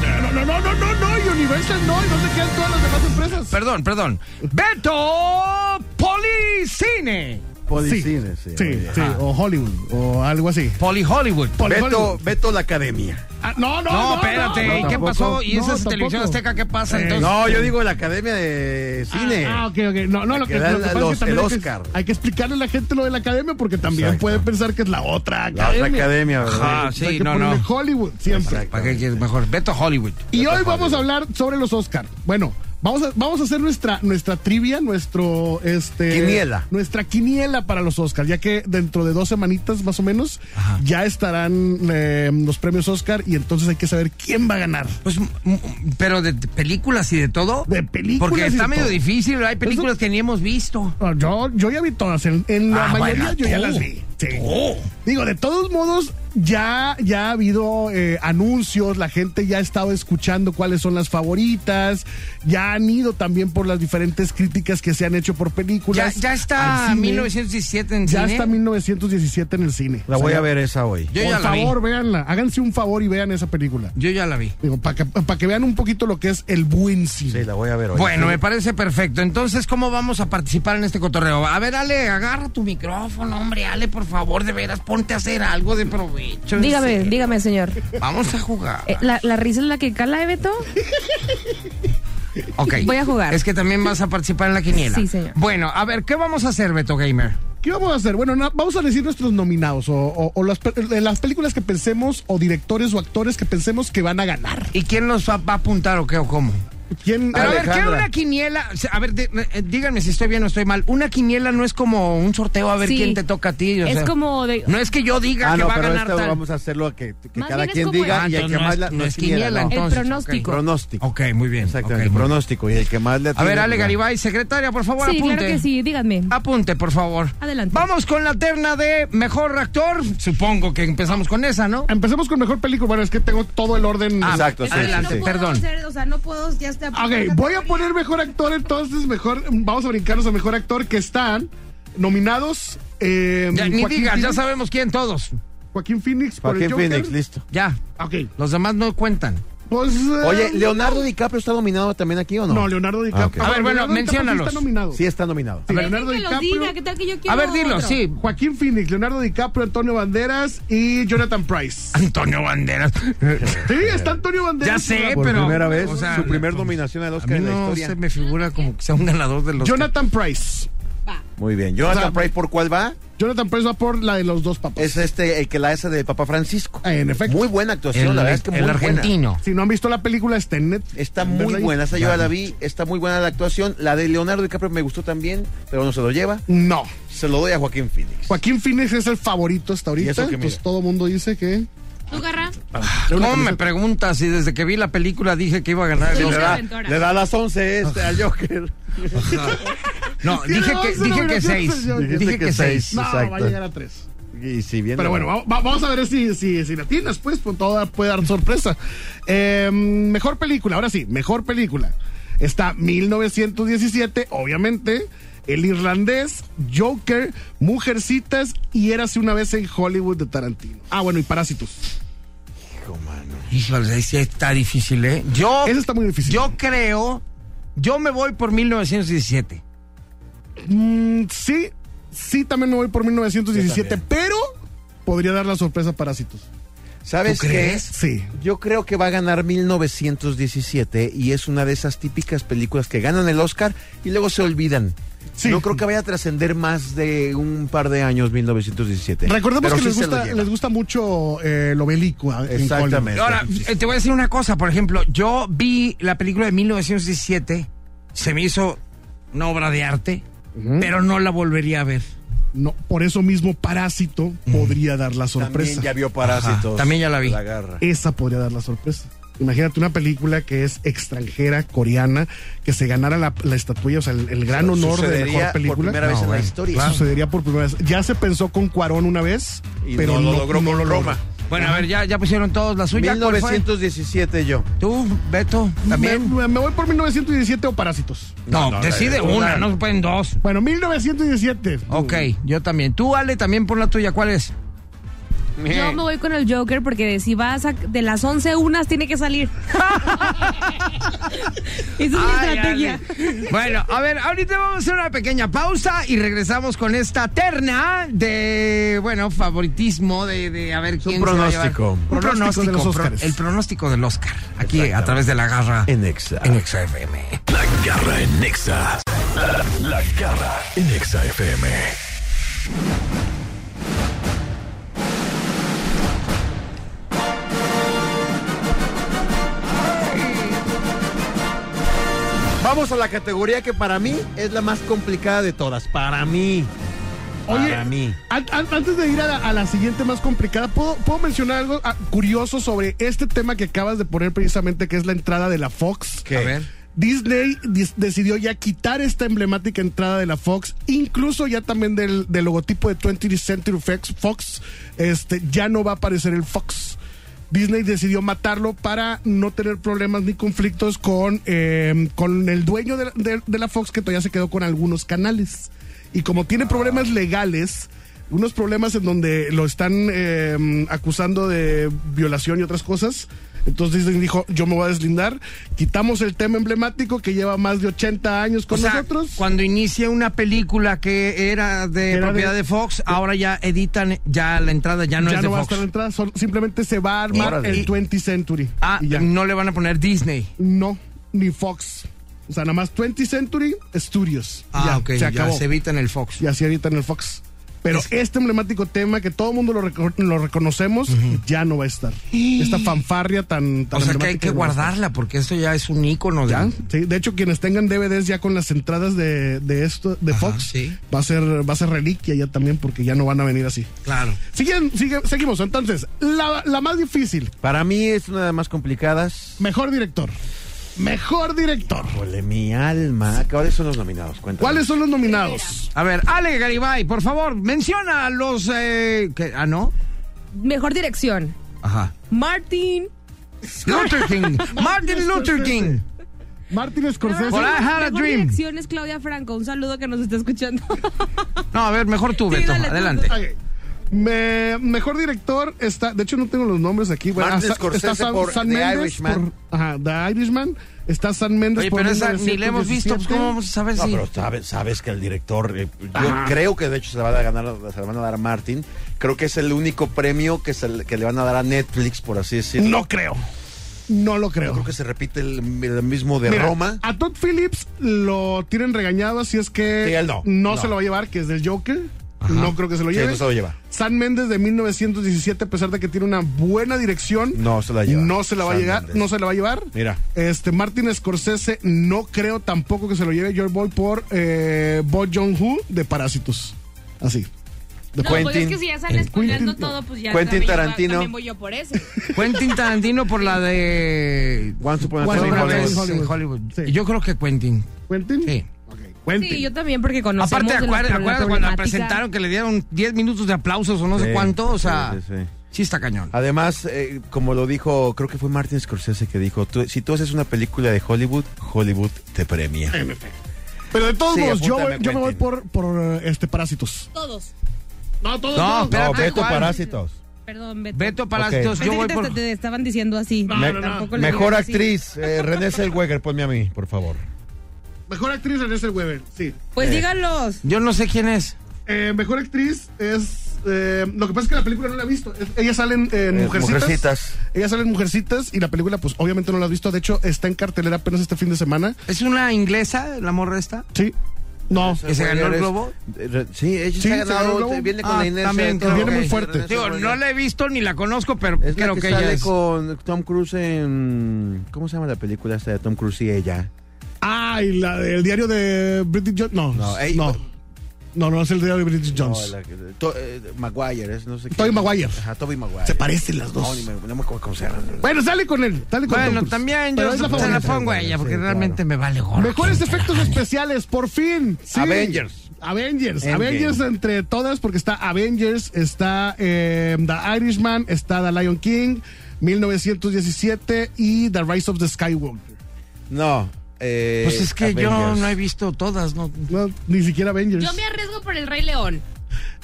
Speaker 9: no, no, no, no, no, Universal no, y no se quedan todas las demás empresas.
Speaker 8: Perdón, perdón. Beto Policine.
Speaker 9: Policines, sí. Sí, sí, o Hollywood, o algo así.
Speaker 8: Poli Hollywood.
Speaker 9: Poli Hollywood.
Speaker 5: Ah. Beto la academia.
Speaker 9: Ah, no, no,
Speaker 8: No, espérate. ¿y
Speaker 9: no,
Speaker 8: ¿Qué
Speaker 9: tampoco.
Speaker 8: pasó? ¿Y esa
Speaker 9: No,
Speaker 8: es
Speaker 9: tampoco.
Speaker 8: televisión azteca? ¿Qué pasa
Speaker 9: Eh,
Speaker 8: entonces?
Speaker 5: No, yo digo la academia de
Speaker 9: Ah,
Speaker 5: cine.
Speaker 9: Ah, ok, ok. No, no, lo
Speaker 5: que
Speaker 9: que,
Speaker 5: da
Speaker 9: lo que
Speaker 5: la-
Speaker 9: pasa es
Speaker 5: los-
Speaker 9: que también
Speaker 5: el
Speaker 9: hay que-
Speaker 5: Oscar.
Speaker 9: Hay que, explicarle a la gente lo de la academia porque también
Speaker 5: Exacto.
Speaker 9: puede pensar que es la otra
Speaker 5: la
Speaker 9: academia.
Speaker 5: otra academia, ¿verdad?
Speaker 8: Ajá,
Speaker 9: Hay
Speaker 8: Ah, sí,
Speaker 9: que
Speaker 8: no,
Speaker 9: ponerle
Speaker 8: no.
Speaker 9: Hollywood siempre.
Speaker 8: ¿Para qué quieres mejor? Beto Hollywood.
Speaker 9: Y hoy vamos a hablar sobre los Oscar. Bueno, vamos a, vamos a hacer nuestra, nuestra trivia, nuestro este
Speaker 5: Quiniela.
Speaker 9: Nuestra quiniela para los Oscar, ya que dentro de dos semanitas más o menos ya estarán eh, los premios Oscar y entonces hay que saber quién va a ganar.
Speaker 8: Pues, m- m- pero de de películas y de todo.
Speaker 9: De películas y
Speaker 8: Porque
Speaker 9: de
Speaker 8: está
Speaker 9: todo.
Speaker 8: medio difícil. Hay películas
Speaker 9: Eso-
Speaker 8: que ni hemos visto.
Speaker 9: No, Ah, Yo, yo ya vi todas, en, en la
Speaker 8: Ah,
Speaker 9: mayoría
Speaker 8: bueno,
Speaker 9: yo ya
Speaker 8: tú,
Speaker 9: las vi. Sí.
Speaker 8: tú.
Speaker 9: Digo, de todos modos, ya, ya ha habido eh, anuncios, la gente ya ha estado escuchando cuáles son las favoritas, ya han ido también por las diferentes críticas que se han hecho por
Speaker 8: Ya,
Speaker 9: películas.
Speaker 8: ya está
Speaker 9: al cine.
Speaker 8: 1917 en
Speaker 9: Ya
Speaker 8: cine.
Speaker 9: está 1917 en el cine.
Speaker 5: La
Speaker 9: O sea,
Speaker 5: voy
Speaker 9: ya-
Speaker 5: a ver esa hoy.
Speaker 8: ¿eh? Yo ya
Speaker 9: Por
Speaker 8: la vi.
Speaker 9: favor, véanla. Háganse un favor y vean esa película.
Speaker 8: Yo ya la vi.
Speaker 9: Digo, para que, pa' que vean un poquito lo que es el buen cine.
Speaker 5: Sí, la voy a ver hoy.
Speaker 8: Bueno, me parece perfecto. Entonces, ¿cómo vamos a participar en este cotorreo? A ver, Ale, agarra tu micrófono, hombre, Ale, por favor, de veras, ponte a hacer algo de provecho. en
Speaker 6: Dígame,
Speaker 8: serio.
Speaker 6: dígame, señor.
Speaker 8: Vamos a jugar.
Speaker 6: Eh, ¿La, la risa es la que cala, ¿eh, Beto?
Speaker 8: Ok.
Speaker 6: voy a jugar.
Speaker 8: Es que también vas a participar en la quiniela.
Speaker 6: Sí, señor.
Speaker 8: Bueno, a ver, ¿qué vamos a hacer, Beto Gamer?
Speaker 9: ¿Qué vamos a hacer? Bueno, na- vamos a decir nuestros nominados o, o- o las, pe- eh, las películas que pensemos o directores o actores que pensemos que van a ganar.
Speaker 8: ¿Y quién nos va, va a apuntar o qué o cómo?
Speaker 9: ¿Quién?
Speaker 3: Pero a ver, ¿qué
Speaker 10: Alejandra.
Speaker 3: una quiniela? O sea, A ver, di- eh, díganme si estoy bien o estoy mal. Una quiniela no es como un sorteo a ver
Speaker 7: Sí.
Speaker 3: quién te toca a ti. o
Speaker 7: Es
Speaker 3: sea,
Speaker 7: como de.
Speaker 3: No es que yo diga
Speaker 5: Ah,
Speaker 3: que
Speaker 5: no,
Speaker 3: va a
Speaker 5: pero
Speaker 3: ganar
Speaker 5: este
Speaker 3: tal.
Speaker 5: vamos a hacerlo a que, que
Speaker 7: Más
Speaker 5: cada
Speaker 7: bien es
Speaker 5: quien
Speaker 7: como
Speaker 5: diga
Speaker 3: Ah,
Speaker 5: y el
Speaker 3: entonces
Speaker 5: que
Speaker 3: no
Speaker 5: más
Speaker 3: es-
Speaker 5: la,
Speaker 3: no es quiniela,
Speaker 5: no.
Speaker 3: entonces. ok.
Speaker 7: pronóstico.
Speaker 5: Pronóstico.
Speaker 3: Ok, muy bien.
Speaker 5: Exactamente,
Speaker 3: ok, muy bien.
Speaker 5: pronóstico. Y el que más le
Speaker 3: A ver,
Speaker 5: atiene,
Speaker 3: Ale
Speaker 5: pues, ya.
Speaker 3: Garibay, secretaria, por favor,
Speaker 7: Sí,
Speaker 3: apunte.
Speaker 7: claro que sí, díganme.
Speaker 3: Apunte, por favor.
Speaker 7: Adelante.
Speaker 3: Vamos con la terna de mejor actor. Supongo que empezamos con esa, ¿no?
Speaker 9: Empecemos con mejor película. Bueno, es que tengo todo el orden.
Speaker 3: Ah,
Speaker 5: Exacto, sí,
Speaker 6: Es que
Speaker 5: sí,
Speaker 6: no
Speaker 5: sí.
Speaker 6: puedo
Speaker 3: Perdón.
Speaker 6: hacer, o sea, Ah, no puedo, ya está.
Speaker 9: Ok, voy a poner mejor actor entonces, mejor, vamos a brincarnos a mejor actor que están nominados. eh,
Speaker 3: Ya, ni
Speaker 9: Joaquín
Speaker 3: digas, ya
Speaker 9: Phoenix-
Speaker 3: sabemos quién todos.
Speaker 9: Joaquín Phoenix por el
Speaker 5: Joaquín
Speaker 9: Joker.
Speaker 5: Phoenix, listo.
Speaker 3: Ya.
Speaker 9: Ok,
Speaker 3: Los demás no cuentan.
Speaker 9: pues... eh,
Speaker 5: Oye, ¿Leonardo DiCaprio está nominado también aquí o no?
Speaker 9: No, Leonardo DiCaprio.
Speaker 5: Ah, ok.
Speaker 3: A ver, bueno,
Speaker 9: Leonardo DiCaprio sí
Speaker 3: menciónalos.
Speaker 9: Está nominado.
Speaker 5: Sí está nominado.
Speaker 9: Sí,
Speaker 6: Dejen
Speaker 9: Leonardo
Speaker 6: que los
Speaker 9: DiCaprio,
Speaker 6: diga, ¿qué tal que yo quiero
Speaker 3: A ver, dilo,
Speaker 6: otro?
Speaker 3: sí.
Speaker 9: Joaquín Phoenix, Leonardo DiCaprio, Antonio Banderas y Jonathan Price.
Speaker 3: Antonio Banderas.
Speaker 9: Sí, está Antonio
Speaker 3: Ya
Speaker 9: Banderas.
Speaker 3: sé,
Speaker 5: Por
Speaker 3: pero.
Speaker 5: primera vez,
Speaker 3: o sea,
Speaker 5: su primer
Speaker 8: pues,
Speaker 5: nominación al
Speaker 3: A
Speaker 5: Oscar
Speaker 3: mí
Speaker 5: en la
Speaker 3: no
Speaker 5: historia.
Speaker 3: se me figura como que sea un ganador de los.
Speaker 9: Jonathan Price.
Speaker 5: Muy bien. Jonathan
Speaker 9: O sea,
Speaker 5: Price, ¿por cuál va?
Speaker 9: Jonathan Price va por la de los dos papás.
Speaker 5: Es este, el que la hace de Papa Francisco.
Speaker 9: Ah, en efecto.
Speaker 5: Muy buena actuación,
Speaker 3: El,
Speaker 5: la verdad es que muy
Speaker 3: el
Speaker 5: buena.
Speaker 3: argentino.
Speaker 9: Si no han visto la película, está en Netflix.
Speaker 5: Está muy
Speaker 9: ¿Verdad?
Speaker 5: buena, esa yo ya la vi, está muy buena la actuación. La de Leonardo DiCaprio me gustó también, pero no se lo lleva.
Speaker 9: No.
Speaker 5: Se lo doy a Joaquín Phoenix.
Speaker 9: Joaquín Phoenix es el favorito
Speaker 5: Y
Speaker 9: hasta ahorita.
Speaker 5: eso que
Speaker 9: Pues
Speaker 5: mira.
Speaker 9: todo mundo dice que.
Speaker 7: ¿Tú, Garra?
Speaker 3: ¿Cómo me preguntas si desde que vi la película dije que iba a ganar el
Speaker 7: Sí,
Speaker 5: Le
Speaker 3: Oscar?
Speaker 5: da,
Speaker 7: Aventura.
Speaker 5: le da las 11 este al Joker.
Speaker 3: No, dije
Speaker 9: Tiene
Speaker 3: que,
Speaker 9: once
Speaker 3: dije que
Speaker 9: nominaciones,
Speaker 3: seis.
Speaker 9: señor.
Speaker 5: Dijiste
Speaker 3: Dije
Speaker 5: que
Speaker 3: que
Speaker 5: seis.
Speaker 3: seis.
Speaker 9: No, va a
Speaker 5: Exacto.
Speaker 9: llegar a tres.
Speaker 5: Y si bien
Speaker 9: Pero bueno, va- va- vamos a ver si, si, si la tienes, pues, pues toda puede dar sorpresa. Eh, mejor película, ahora sí, mejor película. Está 1917, obviamente. El irlandés, Joker, Mujercitas y Érase una vez en Hollywood de Tarantino. Ah, bueno, y Parásitos.
Speaker 3: Híjole, ahí sí está difícil, ¿eh? Yo,
Speaker 9: Eso está muy difícil.
Speaker 3: yo creo. Yo me voy por 1917.
Speaker 9: Mm, sí, sí, también me voy por 1917, pero podría dar la sorpresa a Parásitos.
Speaker 5: ¿Sabes
Speaker 3: ¿Tú
Speaker 5: qué?
Speaker 3: crees?
Speaker 9: Sí.
Speaker 5: Yo creo que va a ganar 1917 y es una de esas típicas películas que ganan el Oscar y luego se olvidan.
Speaker 9: Sí.
Speaker 5: No creo que vaya a trascender más de un par de años 1917.
Speaker 9: Recordemos
Speaker 5: Pero
Speaker 9: que
Speaker 5: sí
Speaker 9: les,
Speaker 5: se lo
Speaker 9: gusta,
Speaker 5: lleva.
Speaker 9: les gusta mucho eh, lo bélico. eh, en Hollywood.
Speaker 5: Exactamente.
Speaker 3: Ahora, eh, te voy a decir una cosa, por ejemplo, yo vi la película de 1917, se me hizo una obra de arte, pero no la volvería a ver.
Speaker 9: No, por eso mismo Parásito podría dar la sorpresa.
Speaker 5: También ya vio Parásitos.
Speaker 3: Ajá, también ya la vi.
Speaker 5: La garra.
Speaker 9: Esa podría dar la sorpresa. Imagínate una película que es extranjera, coreana, que se ganara la, la estatuilla, o sea, el, el gran honor de
Speaker 5: Sucedería
Speaker 9: mejor película.
Speaker 5: Por primera vez
Speaker 3: No,
Speaker 5: en la
Speaker 3: bueno,
Speaker 5: historia.
Speaker 3: claro.
Speaker 9: Sucedería por primera vez. Ya se pensó con Cuarón una vez,
Speaker 5: Y
Speaker 9: pero
Speaker 5: no lo logró
Speaker 9: no
Speaker 5: con
Speaker 9: lo logró.
Speaker 5: Roma.
Speaker 3: Bueno, a ver, ya, ya pusieron todos la suya. ¿cuál fue?
Speaker 5: 1917 yo.
Speaker 3: ¿Tú, Beto,
Speaker 9: Me,
Speaker 3: también?
Speaker 9: me voy por 1917 o Parásitos.
Speaker 3: No, decide una, no se pueden dos.
Speaker 9: Bueno, 1917.
Speaker 3: Ok, yo también. Tú, Ale, también pon la tuya, ¿cuál es?
Speaker 7: Yo me voy con el Joker porque si vas a, de las 11 unas tiene que salir. Esa es mi
Speaker 3: Ay,
Speaker 7: estrategia.
Speaker 3: Ale. Bueno, a ver, ahorita vamos a hacer una pequeña pausa y regresamos con esta terna de, bueno, favoritismo de, de a ver quién se va a llevar.
Speaker 5: pronóstico. Un
Speaker 9: pronóstico de los
Speaker 3: pro-
Speaker 9: Óscares.
Speaker 3: el pronóstico del Oscar. Aquí a través de la garra
Speaker 5: En Exa.
Speaker 3: en Exa FM.
Speaker 2: La garra en Nexa. La, la garra en Nexa FM.
Speaker 5: Vamos a la categoría que para mí es la más complicada de todas. Para mí.
Speaker 9: Oye,
Speaker 5: para mí.
Speaker 9: an- an- antes de ir a la, a la siguiente más complicada, ¿puedo, puedo mencionar algo ah, curioso sobre este tema que acabas de poner precisamente, que es la entrada de la Fox?
Speaker 5: ¿Qué?
Speaker 3: A ver.
Speaker 9: Disney dis- decidió ya quitar esta emblemática entrada de la Fox, incluso ya también del, del logotipo de 20th Century Fox, Fox, este, ya no va a aparecer el Fox. Disney decidió matarlo para no tener problemas ni conflictos con, eh, con el dueño de la, de- de la Fox, que todavía se quedó con algunos canales. Y como tiene problemas legales, unos problemas en donde lo están eh, acusando de violación y otras cosas. Entonces Disney dijo, yo me voy a deslindar, quitamos el tema emblemático que lleva más de 80 años
Speaker 3: O
Speaker 9: con
Speaker 3: sea,
Speaker 9: nosotros.
Speaker 3: cuando inicia una película que era de
Speaker 9: Era
Speaker 3: propiedad de,
Speaker 9: de-
Speaker 3: Fox, ahora ya editan, ya la entrada ya no
Speaker 9: ya
Speaker 3: es de
Speaker 9: no va a
Speaker 3: Fox.
Speaker 9: estar la entrada, sol- simplemente se va a armar
Speaker 5: Órale.
Speaker 9: el 20th Century.
Speaker 3: Ah,
Speaker 9: y ya.
Speaker 3: no le van a poner Disney.
Speaker 9: No, ni Fox. O sea, nada más 20th Century Studios.
Speaker 3: Ah,
Speaker 9: ya,
Speaker 3: ok,
Speaker 9: se
Speaker 3: ya
Speaker 9: acabó.
Speaker 3: se evitan el Fox.
Speaker 9: Y así ahorita en el Fox. Pero este emblemático tema que todo el mundo lo, reco- lo reconocemos, ya no va a estar. Esta fanfarria tan, tan
Speaker 3: O sea que hay
Speaker 9: emblemática
Speaker 3: que
Speaker 9: no va a estar.
Speaker 3: guardarla porque eso ya es un ícono.
Speaker 9: ¿Ya?
Speaker 3: De...
Speaker 9: Sí, de hecho, quienes tengan DVDs ya con las entradas de, de esto, de Fox,
Speaker 3: sí.
Speaker 9: va a ser, va a ser reliquia ya también, porque ya no van a venir así.
Speaker 3: Claro.
Speaker 9: Siguen, siguen- seguimos, entonces, la, la más difícil,
Speaker 5: Para mí es una de las más complicadas.
Speaker 9: mejor director. Mejor director.
Speaker 5: Híjole, mi alma. ¿Cuáles son los nominados? Cuéntame.
Speaker 9: ¿Cuáles son los nominados?
Speaker 3: A ver, Ale Garibay, por favor, menciona a los. eh, que- ah, no.
Speaker 11: Mejor dirección.
Speaker 3: Ajá.
Speaker 11: Martin.
Speaker 3: Luther King. Martin Luther King.
Speaker 9: Martin Scorsese.
Speaker 3: Por I Had a
Speaker 6: Mejor
Speaker 3: Dream.
Speaker 6: dirección es Claudia Franco. Un saludo que nos está escuchando.
Speaker 3: No, a ver, mejor tú,
Speaker 6: Sí,
Speaker 3: Beto.
Speaker 6: dale tú,
Speaker 3: Adelante.
Speaker 9: Ok. Me- mejor director está, de hecho no tengo los nombres aquí. Bueno,
Speaker 5: Martin
Speaker 9: ah, sa-
Speaker 5: Scorsese
Speaker 9: está Sam,
Speaker 5: por
Speaker 9: Sam
Speaker 5: The
Speaker 9: Mendes
Speaker 5: Irishman.
Speaker 9: por- ajá, The Irishman. Está San Méndez
Speaker 3: Oye,
Speaker 9: por
Speaker 3: pero esa ni la hemos
Speaker 9: 1917.
Speaker 3: visto. pues, ¿Cómo vamos a saber
Speaker 5: No,
Speaker 3: si.?
Speaker 5: pero sabes, sabes que el director, eh, yo creo que de hecho se la van a ganar, se la van a dar a Martin. Creo que es el único premio que, se, le- que le van a dar a Netflix, por así decirlo.
Speaker 9: No creo. No lo
Speaker 5: Yo
Speaker 9: creo.
Speaker 5: creo que se repite el, el mismo de
Speaker 9: Mira,
Speaker 5: Roma.
Speaker 9: A Todd Phillips lo tienen regañado, así es que
Speaker 5: Sí, él no. No.
Speaker 9: se lo va a llevar, que es del Joker. No creo que se lo
Speaker 5: Sí,
Speaker 9: lleve.
Speaker 5: no se lo lleva.
Speaker 9: San Méndez de 1917, a pesar de que tiene una buena dirección.
Speaker 5: No se la lleva.
Speaker 9: No se la va a
Speaker 5: Sam
Speaker 9: llegar,
Speaker 5: Mendes.
Speaker 9: no se la va a llevar.
Speaker 5: Mira.
Speaker 9: Este Martin Scorsese no creo tampoco que se lo lleve. Yo voy por eh, Bo John Hu de Parásitos. Así. De
Speaker 6: No,
Speaker 5: Quentin.
Speaker 6: pues es que si ya están spoileando todo, pues ya.
Speaker 5: Quentin
Speaker 6: también yo-
Speaker 5: Tarantino.
Speaker 6: También voy yo por ese.
Speaker 3: Quentin Tarantino por la de.
Speaker 5: Once Upon a
Speaker 9: Once
Speaker 5: Time in
Speaker 9: Upon
Speaker 3: Una
Speaker 9: a
Speaker 5: Hollywood.
Speaker 9: Time
Speaker 3: vez
Speaker 9: in Hollywood.
Speaker 3: en Hollywood.
Speaker 9: Sí.
Speaker 3: Yo creo que Quentin.
Speaker 9: Quentin.
Speaker 3: Sí.
Speaker 9: Ok, Quentin.
Speaker 11: Sí, yo también porque conocemos.
Speaker 3: Aparte,
Speaker 11: de la
Speaker 3: acuérdate,
Speaker 11: pro-
Speaker 3: acuérdate cuando la
Speaker 11: problemática.
Speaker 3: presentaron que le dieron 10 minutos de aplausos o no sé
Speaker 5: Sí,
Speaker 3: cuánto. O
Speaker 5: sí,
Speaker 3: sea, sí,
Speaker 5: sí, sí.
Speaker 3: está cañón.
Speaker 5: Además, eh, como lo dijo, creo que fue Martin Scorsese que dijo, tú- si tú haces una película de Hollywood, Hollywood te premia.
Speaker 9: Pero de todos
Speaker 5: Sí,
Speaker 9: modos, yo,
Speaker 5: apúntame,
Speaker 9: voy- yo me voy
Speaker 5: Quentin.
Speaker 9: por, por eh, este Parásitos.
Speaker 6: Todos.
Speaker 9: No, todos.
Speaker 3: No,
Speaker 6: Oh,
Speaker 9: todos.
Speaker 3: espérate, ¿cuál?
Speaker 6: Perdón, Beto.
Speaker 3: Beto Palacios,
Speaker 6: Pensé
Speaker 3: yo
Speaker 6: que
Speaker 3: voy
Speaker 6: te,
Speaker 3: por.
Speaker 6: te- te estaban diciendo así.
Speaker 9: Me-
Speaker 6: Tampoco le
Speaker 5: Mejor
Speaker 6: digas así.
Speaker 5: actriz, eh, Renée Zellweger, ponme a mí, por favor.
Speaker 9: Mejor actriz es el Weber, sí.
Speaker 6: Pues
Speaker 5: Eh.
Speaker 6: díganlos.
Speaker 3: Yo no sé quién es.
Speaker 9: Eh, mejor actriz es. eh, lo que pasa es que la película no la he visto. Es- Ella sale en, en
Speaker 5: Eh,
Speaker 9: Mujercitas.
Speaker 5: Mujercitas.
Speaker 9: Ella sale en Mujercitas y la película, pues obviamente no la has visto. De hecho, está en cartelera apenas este fin de semana.
Speaker 3: ¿Es una inglesa, la morra esta?
Speaker 9: Sí. No.
Speaker 3: ¿Que se ganó el
Speaker 5: Eres-
Speaker 3: globo?
Speaker 5: eh, re- Sí, ella
Speaker 9: Sí,
Speaker 5: se ha
Speaker 9: se ganó el
Speaker 5: ganado,
Speaker 9: globo.
Speaker 5: te- viene con
Speaker 3: Ah,
Speaker 5: la inercia.
Speaker 3: también
Speaker 5: de todo.
Speaker 9: creo que- Viene Eh, muy
Speaker 5: Ok,
Speaker 9: fuerte.
Speaker 5: Renée
Speaker 3: Digo, no
Speaker 5: Zellweger.
Speaker 3: la he visto ni la conozco, pero
Speaker 5: Es la
Speaker 3: creo
Speaker 5: que,
Speaker 3: que,
Speaker 5: sale
Speaker 3: ella es.
Speaker 5: con Tom Cruise en... ¿Cómo se llama la película esta de Tom Cruise y ella?
Speaker 9: Ah, y la del diario de British Jones. No.
Speaker 5: No,
Speaker 9: No,
Speaker 5: ey,
Speaker 9: no.
Speaker 5: pa-
Speaker 9: No, no es el diario de British Jones.
Speaker 5: No, la que- to- eh, Maguire, es no sé qué.
Speaker 9: Tobey Maguire.
Speaker 5: Ajá, Toby Maguire.
Speaker 9: Se parecen las
Speaker 5: No, ni
Speaker 9: dos.
Speaker 5: me, no me acuerdo cómo se llama.
Speaker 9: Bueno, sale con él. Sale con Tom
Speaker 3: Bueno,
Speaker 9: Cruise.
Speaker 3: también
Speaker 9: Pero
Speaker 3: yo
Speaker 9: es la
Speaker 3: se la
Speaker 9: favorita.
Speaker 3: pongo a ella porque
Speaker 5: Sí, claro.
Speaker 3: realmente me vale gorro. Pues
Speaker 9: Mejores efectos especiales, por fin. Sí.
Speaker 5: Avengers.
Speaker 9: Avengers.
Speaker 5: Endgame.
Speaker 9: Avengers entre todas, porque está Avengers, está eh, The Irishman, está The Lion King, 1917 y The Rise of the Skywalker.
Speaker 5: No. eh,
Speaker 3: Pues es que yo
Speaker 5: Avengers.
Speaker 3: no he visto todas, ¿no?
Speaker 9: No, ni siquiera Avengers.
Speaker 6: Yo me arriesgo por el Rey León.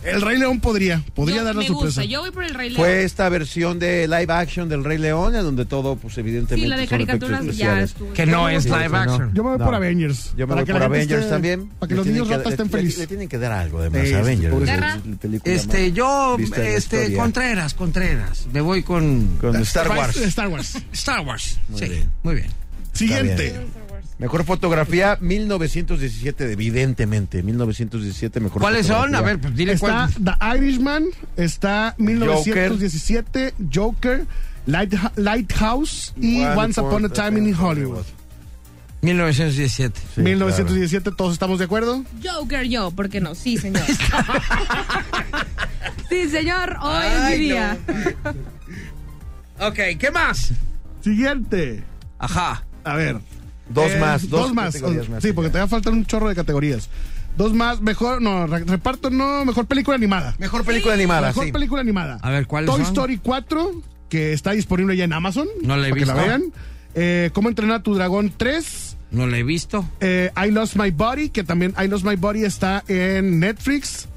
Speaker 9: El Rey León podría, podría
Speaker 6: Yo-
Speaker 9: dar la
Speaker 6: me
Speaker 9: sorpresa.
Speaker 6: gusta. Yo voy por el Rey León.
Speaker 5: Fue esta versión de live action del Rey León, en donde todo, pues evidentemente.
Speaker 6: sí, la de
Speaker 5: son efectos
Speaker 6: caricaturas ya
Speaker 5: especiales.
Speaker 6: estuvo.
Speaker 3: Que no es
Speaker 5: Sí,
Speaker 3: live
Speaker 5: sí, no.
Speaker 3: action.
Speaker 9: Yo me voy
Speaker 5: No.
Speaker 9: por Avengers.
Speaker 5: Yo me
Speaker 9: para
Speaker 5: voy
Speaker 9: que
Speaker 5: por
Speaker 9: la gente
Speaker 5: Avengers
Speaker 9: esté-
Speaker 5: también.
Speaker 9: Para que
Speaker 5: Le
Speaker 9: los
Speaker 5: tienen
Speaker 9: niños
Speaker 5: que-
Speaker 9: ratas
Speaker 5: le-
Speaker 9: estén
Speaker 5: le-
Speaker 9: felices.
Speaker 5: Le, tienen que dar algo, además,
Speaker 9: Este,
Speaker 5: a Avengers.
Speaker 9: pobre-
Speaker 5: es
Speaker 6: Garra.
Speaker 5: la película
Speaker 3: Este,
Speaker 5: más
Speaker 3: yo,
Speaker 5: vista en la
Speaker 3: este,
Speaker 5: historia.
Speaker 3: Contreras, Contreras. Me voy con
Speaker 5: Con Star Wars.
Speaker 9: Star Wars.
Speaker 3: Star Wars. sí,
Speaker 5: bien.
Speaker 3: muy bien.
Speaker 9: Siguiente.
Speaker 5: bien. Mejor fotografía, 1917, evidentemente. 1917, mejor
Speaker 3: ¿Cuáles son?
Speaker 5: fotografía.
Speaker 3: A ver, pues dile
Speaker 9: Está
Speaker 3: cuál.
Speaker 9: The Irishman, está 1917, Joker, Lightha- Lighthouse y Once Upon a Time in Hollywood.
Speaker 3: 1917.
Speaker 5: Sí,
Speaker 9: 1917, ¿todos estamos de acuerdo?
Speaker 6: Joker yo, ¿por qué no? Sí, señor.
Speaker 11: Sí, señor, hoy es mi día.
Speaker 3: Ok, ¿qué más?
Speaker 9: Siguiente.
Speaker 3: Ajá.
Speaker 9: A ver.
Speaker 5: Dos
Speaker 9: Eh,
Speaker 5: más, dos,
Speaker 9: más.
Speaker 5: categorías más.
Speaker 9: Sí, porque te va a faltar un chorro de categorías. Dos más, mejor, no, re- reparto no, mejor película animada.
Speaker 5: Mejor película animada,
Speaker 9: Mejor
Speaker 5: sí.
Speaker 9: película animada.
Speaker 3: A ver, ¿cuáles
Speaker 9: Toy
Speaker 3: son?
Speaker 9: Story 4, que está disponible ya en Amazon.
Speaker 3: No la he
Speaker 9: para
Speaker 3: visto.
Speaker 9: Que la vean. Eh, ¿Cómo entrenar a tu dragón 3?
Speaker 3: No la he visto.
Speaker 9: Eh, I Lost My Body, que también I Lost My Body está en Netflix.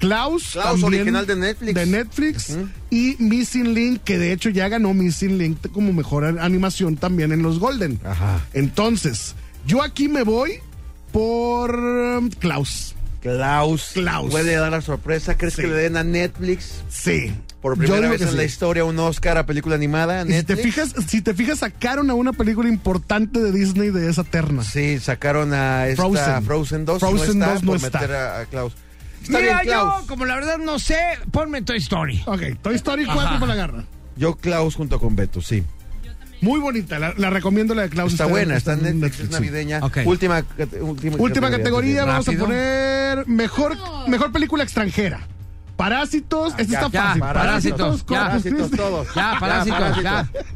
Speaker 9: Klaus,
Speaker 5: Klaus,
Speaker 9: también
Speaker 5: original de Netflix.
Speaker 9: De Netflix. Y Missing Link, que de hecho ya ganó Missing Link como mejor a- animación también en los Golden.
Speaker 5: Ajá.
Speaker 9: Entonces, yo aquí me voy por um, Klaus.
Speaker 5: Klaus.
Speaker 9: Klaus.
Speaker 5: Puede dar la sorpresa. ¿Crees
Speaker 9: Sí.
Speaker 5: que le den a Netflix?
Speaker 9: Sí.
Speaker 5: Por
Speaker 9: Yo
Speaker 5: primera
Speaker 9: digo
Speaker 5: vez
Speaker 9: que
Speaker 5: en la
Speaker 9: sí.
Speaker 5: historia un Oscar a película animada.
Speaker 9: Y Si
Speaker 5: Netflix.
Speaker 9: te, fijas, si te fijas, sacaron a una película importante de Disney de esa terna.
Speaker 5: Sí, sacaron a esta
Speaker 9: Frozen.
Speaker 5: Frozen, 2.
Speaker 9: Frozen
Speaker 5: no está
Speaker 9: 2 no
Speaker 5: por
Speaker 9: está.
Speaker 5: meter a, a Klaus.
Speaker 12: Está
Speaker 3: Mira,
Speaker 12: bien, Klaus.
Speaker 3: yo, como la verdad no sé, ponme Toy Story.
Speaker 9: Ok, Toy Story 4
Speaker 3: Ajá.
Speaker 9: por la garra.
Speaker 12: Yo, Klaus, junto con Beto, sí.
Speaker 9: Muy bonita, la, la recomiendo la de Klaus.
Speaker 12: Está buena, está en
Speaker 9: en
Speaker 12: Netflix, es
Speaker 9: sí.
Speaker 12: navideña.
Speaker 9: Ok.
Speaker 12: Última, cate- última,
Speaker 9: Última categoría, vamos
Speaker 12: Rápido.
Speaker 9: a poner mejor, mejor película extranjera. Parásitos, este
Speaker 12: Ah, ya,
Speaker 9: está
Speaker 12: ya,
Speaker 9: fácil.
Speaker 12: Parásitos,
Speaker 9: con
Speaker 12: ya.
Speaker 9: Corpus Christi.
Speaker 12: todos.
Speaker 3: Ya, Parásitos,
Speaker 12: Ya,
Speaker 3: ya.
Speaker 12: Parásitos.
Speaker 3: Pues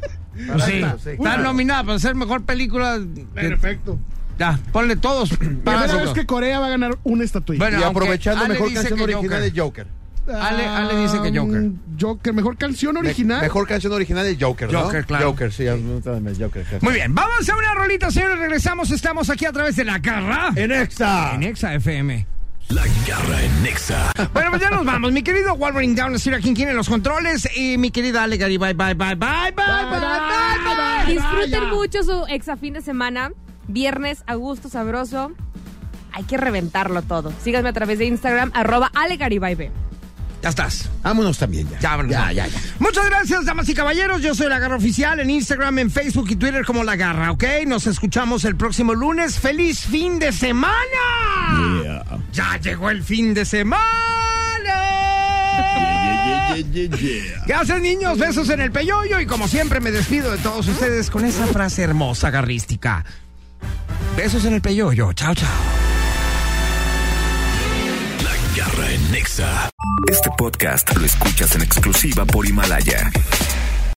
Speaker 3: sí,
Speaker 12: Parásitos, sí,
Speaker 3: está
Speaker 12: claro.
Speaker 3: nominada para ser mejor película. de-
Speaker 9: Perfecto.
Speaker 3: Ya, ponle todos.
Speaker 9: Primera vez
Speaker 3: Parásitos.
Speaker 9: que Corea va a ganar una estatuilla.
Speaker 3: Bueno,
Speaker 12: y
Speaker 3: aunque
Speaker 12: aprovechando
Speaker 3: Ale
Speaker 12: mejor
Speaker 3: dice
Speaker 12: canción
Speaker 3: que
Speaker 12: original
Speaker 3: Joker.
Speaker 12: de Joker.
Speaker 3: Ale, Ale dice que Joker.
Speaker 9: Mm, Joker, mejor canción
Speaker 12: Me-
Speaker 9: original.
Speaker 12: mejor canción original de Joker, ¿no?
Speaker 3: Joker, claro.
Speaker 12: Joker, sí, anótame, Joker.
Speaker 3: Muy bien, vamos a una rolita, señores. Regresamos, estamos aquí a través de la garra.
Speaker 12: En Exa.
Speaker 3: En Exa FM.
Speaker 2: La garra en Nexa.
Speaker 3: Bueno, pues ya nos vamos. Mi querido Wolverine Down, decir a quien tiene los controles. Y mi querida Ale Gary, bye, bye, bye, bye, bye, bye, bye, bye.
Speaker 6: Disfruten mucho su exa fin de semana. Viernes, a gusto, sabroso. Hay que reventarlo todo. Síganme a través de Instagram, arroba alegaribaibe.
Speaker 3: Ya estás.
Speaker 12: Vámonos también ya.
Speaker 3: Ya, vámonos.
Speaker 12: ya, ya. ya.
Speaker 3: Muchas gracias, damas y caballeros. Yo soy La Garra Oficial en Instagram, en Facebook y Twitter como La Garra, ¿ok? Nos escuchamos el próximo lunes. ¡Feliz fin de semana! ¡Ya llegó el fin de semana! Gracias, niños. Besos en el peyoyo. Y como siempre, me despido de todos ustedes con esa frase hermosa garrística. Besos en el peyoyo. Chao, chao.
Speaker 2: La garra en Nexa.
Speaker 1: Este podcast lo escuchas en exclusiva por Himalaya.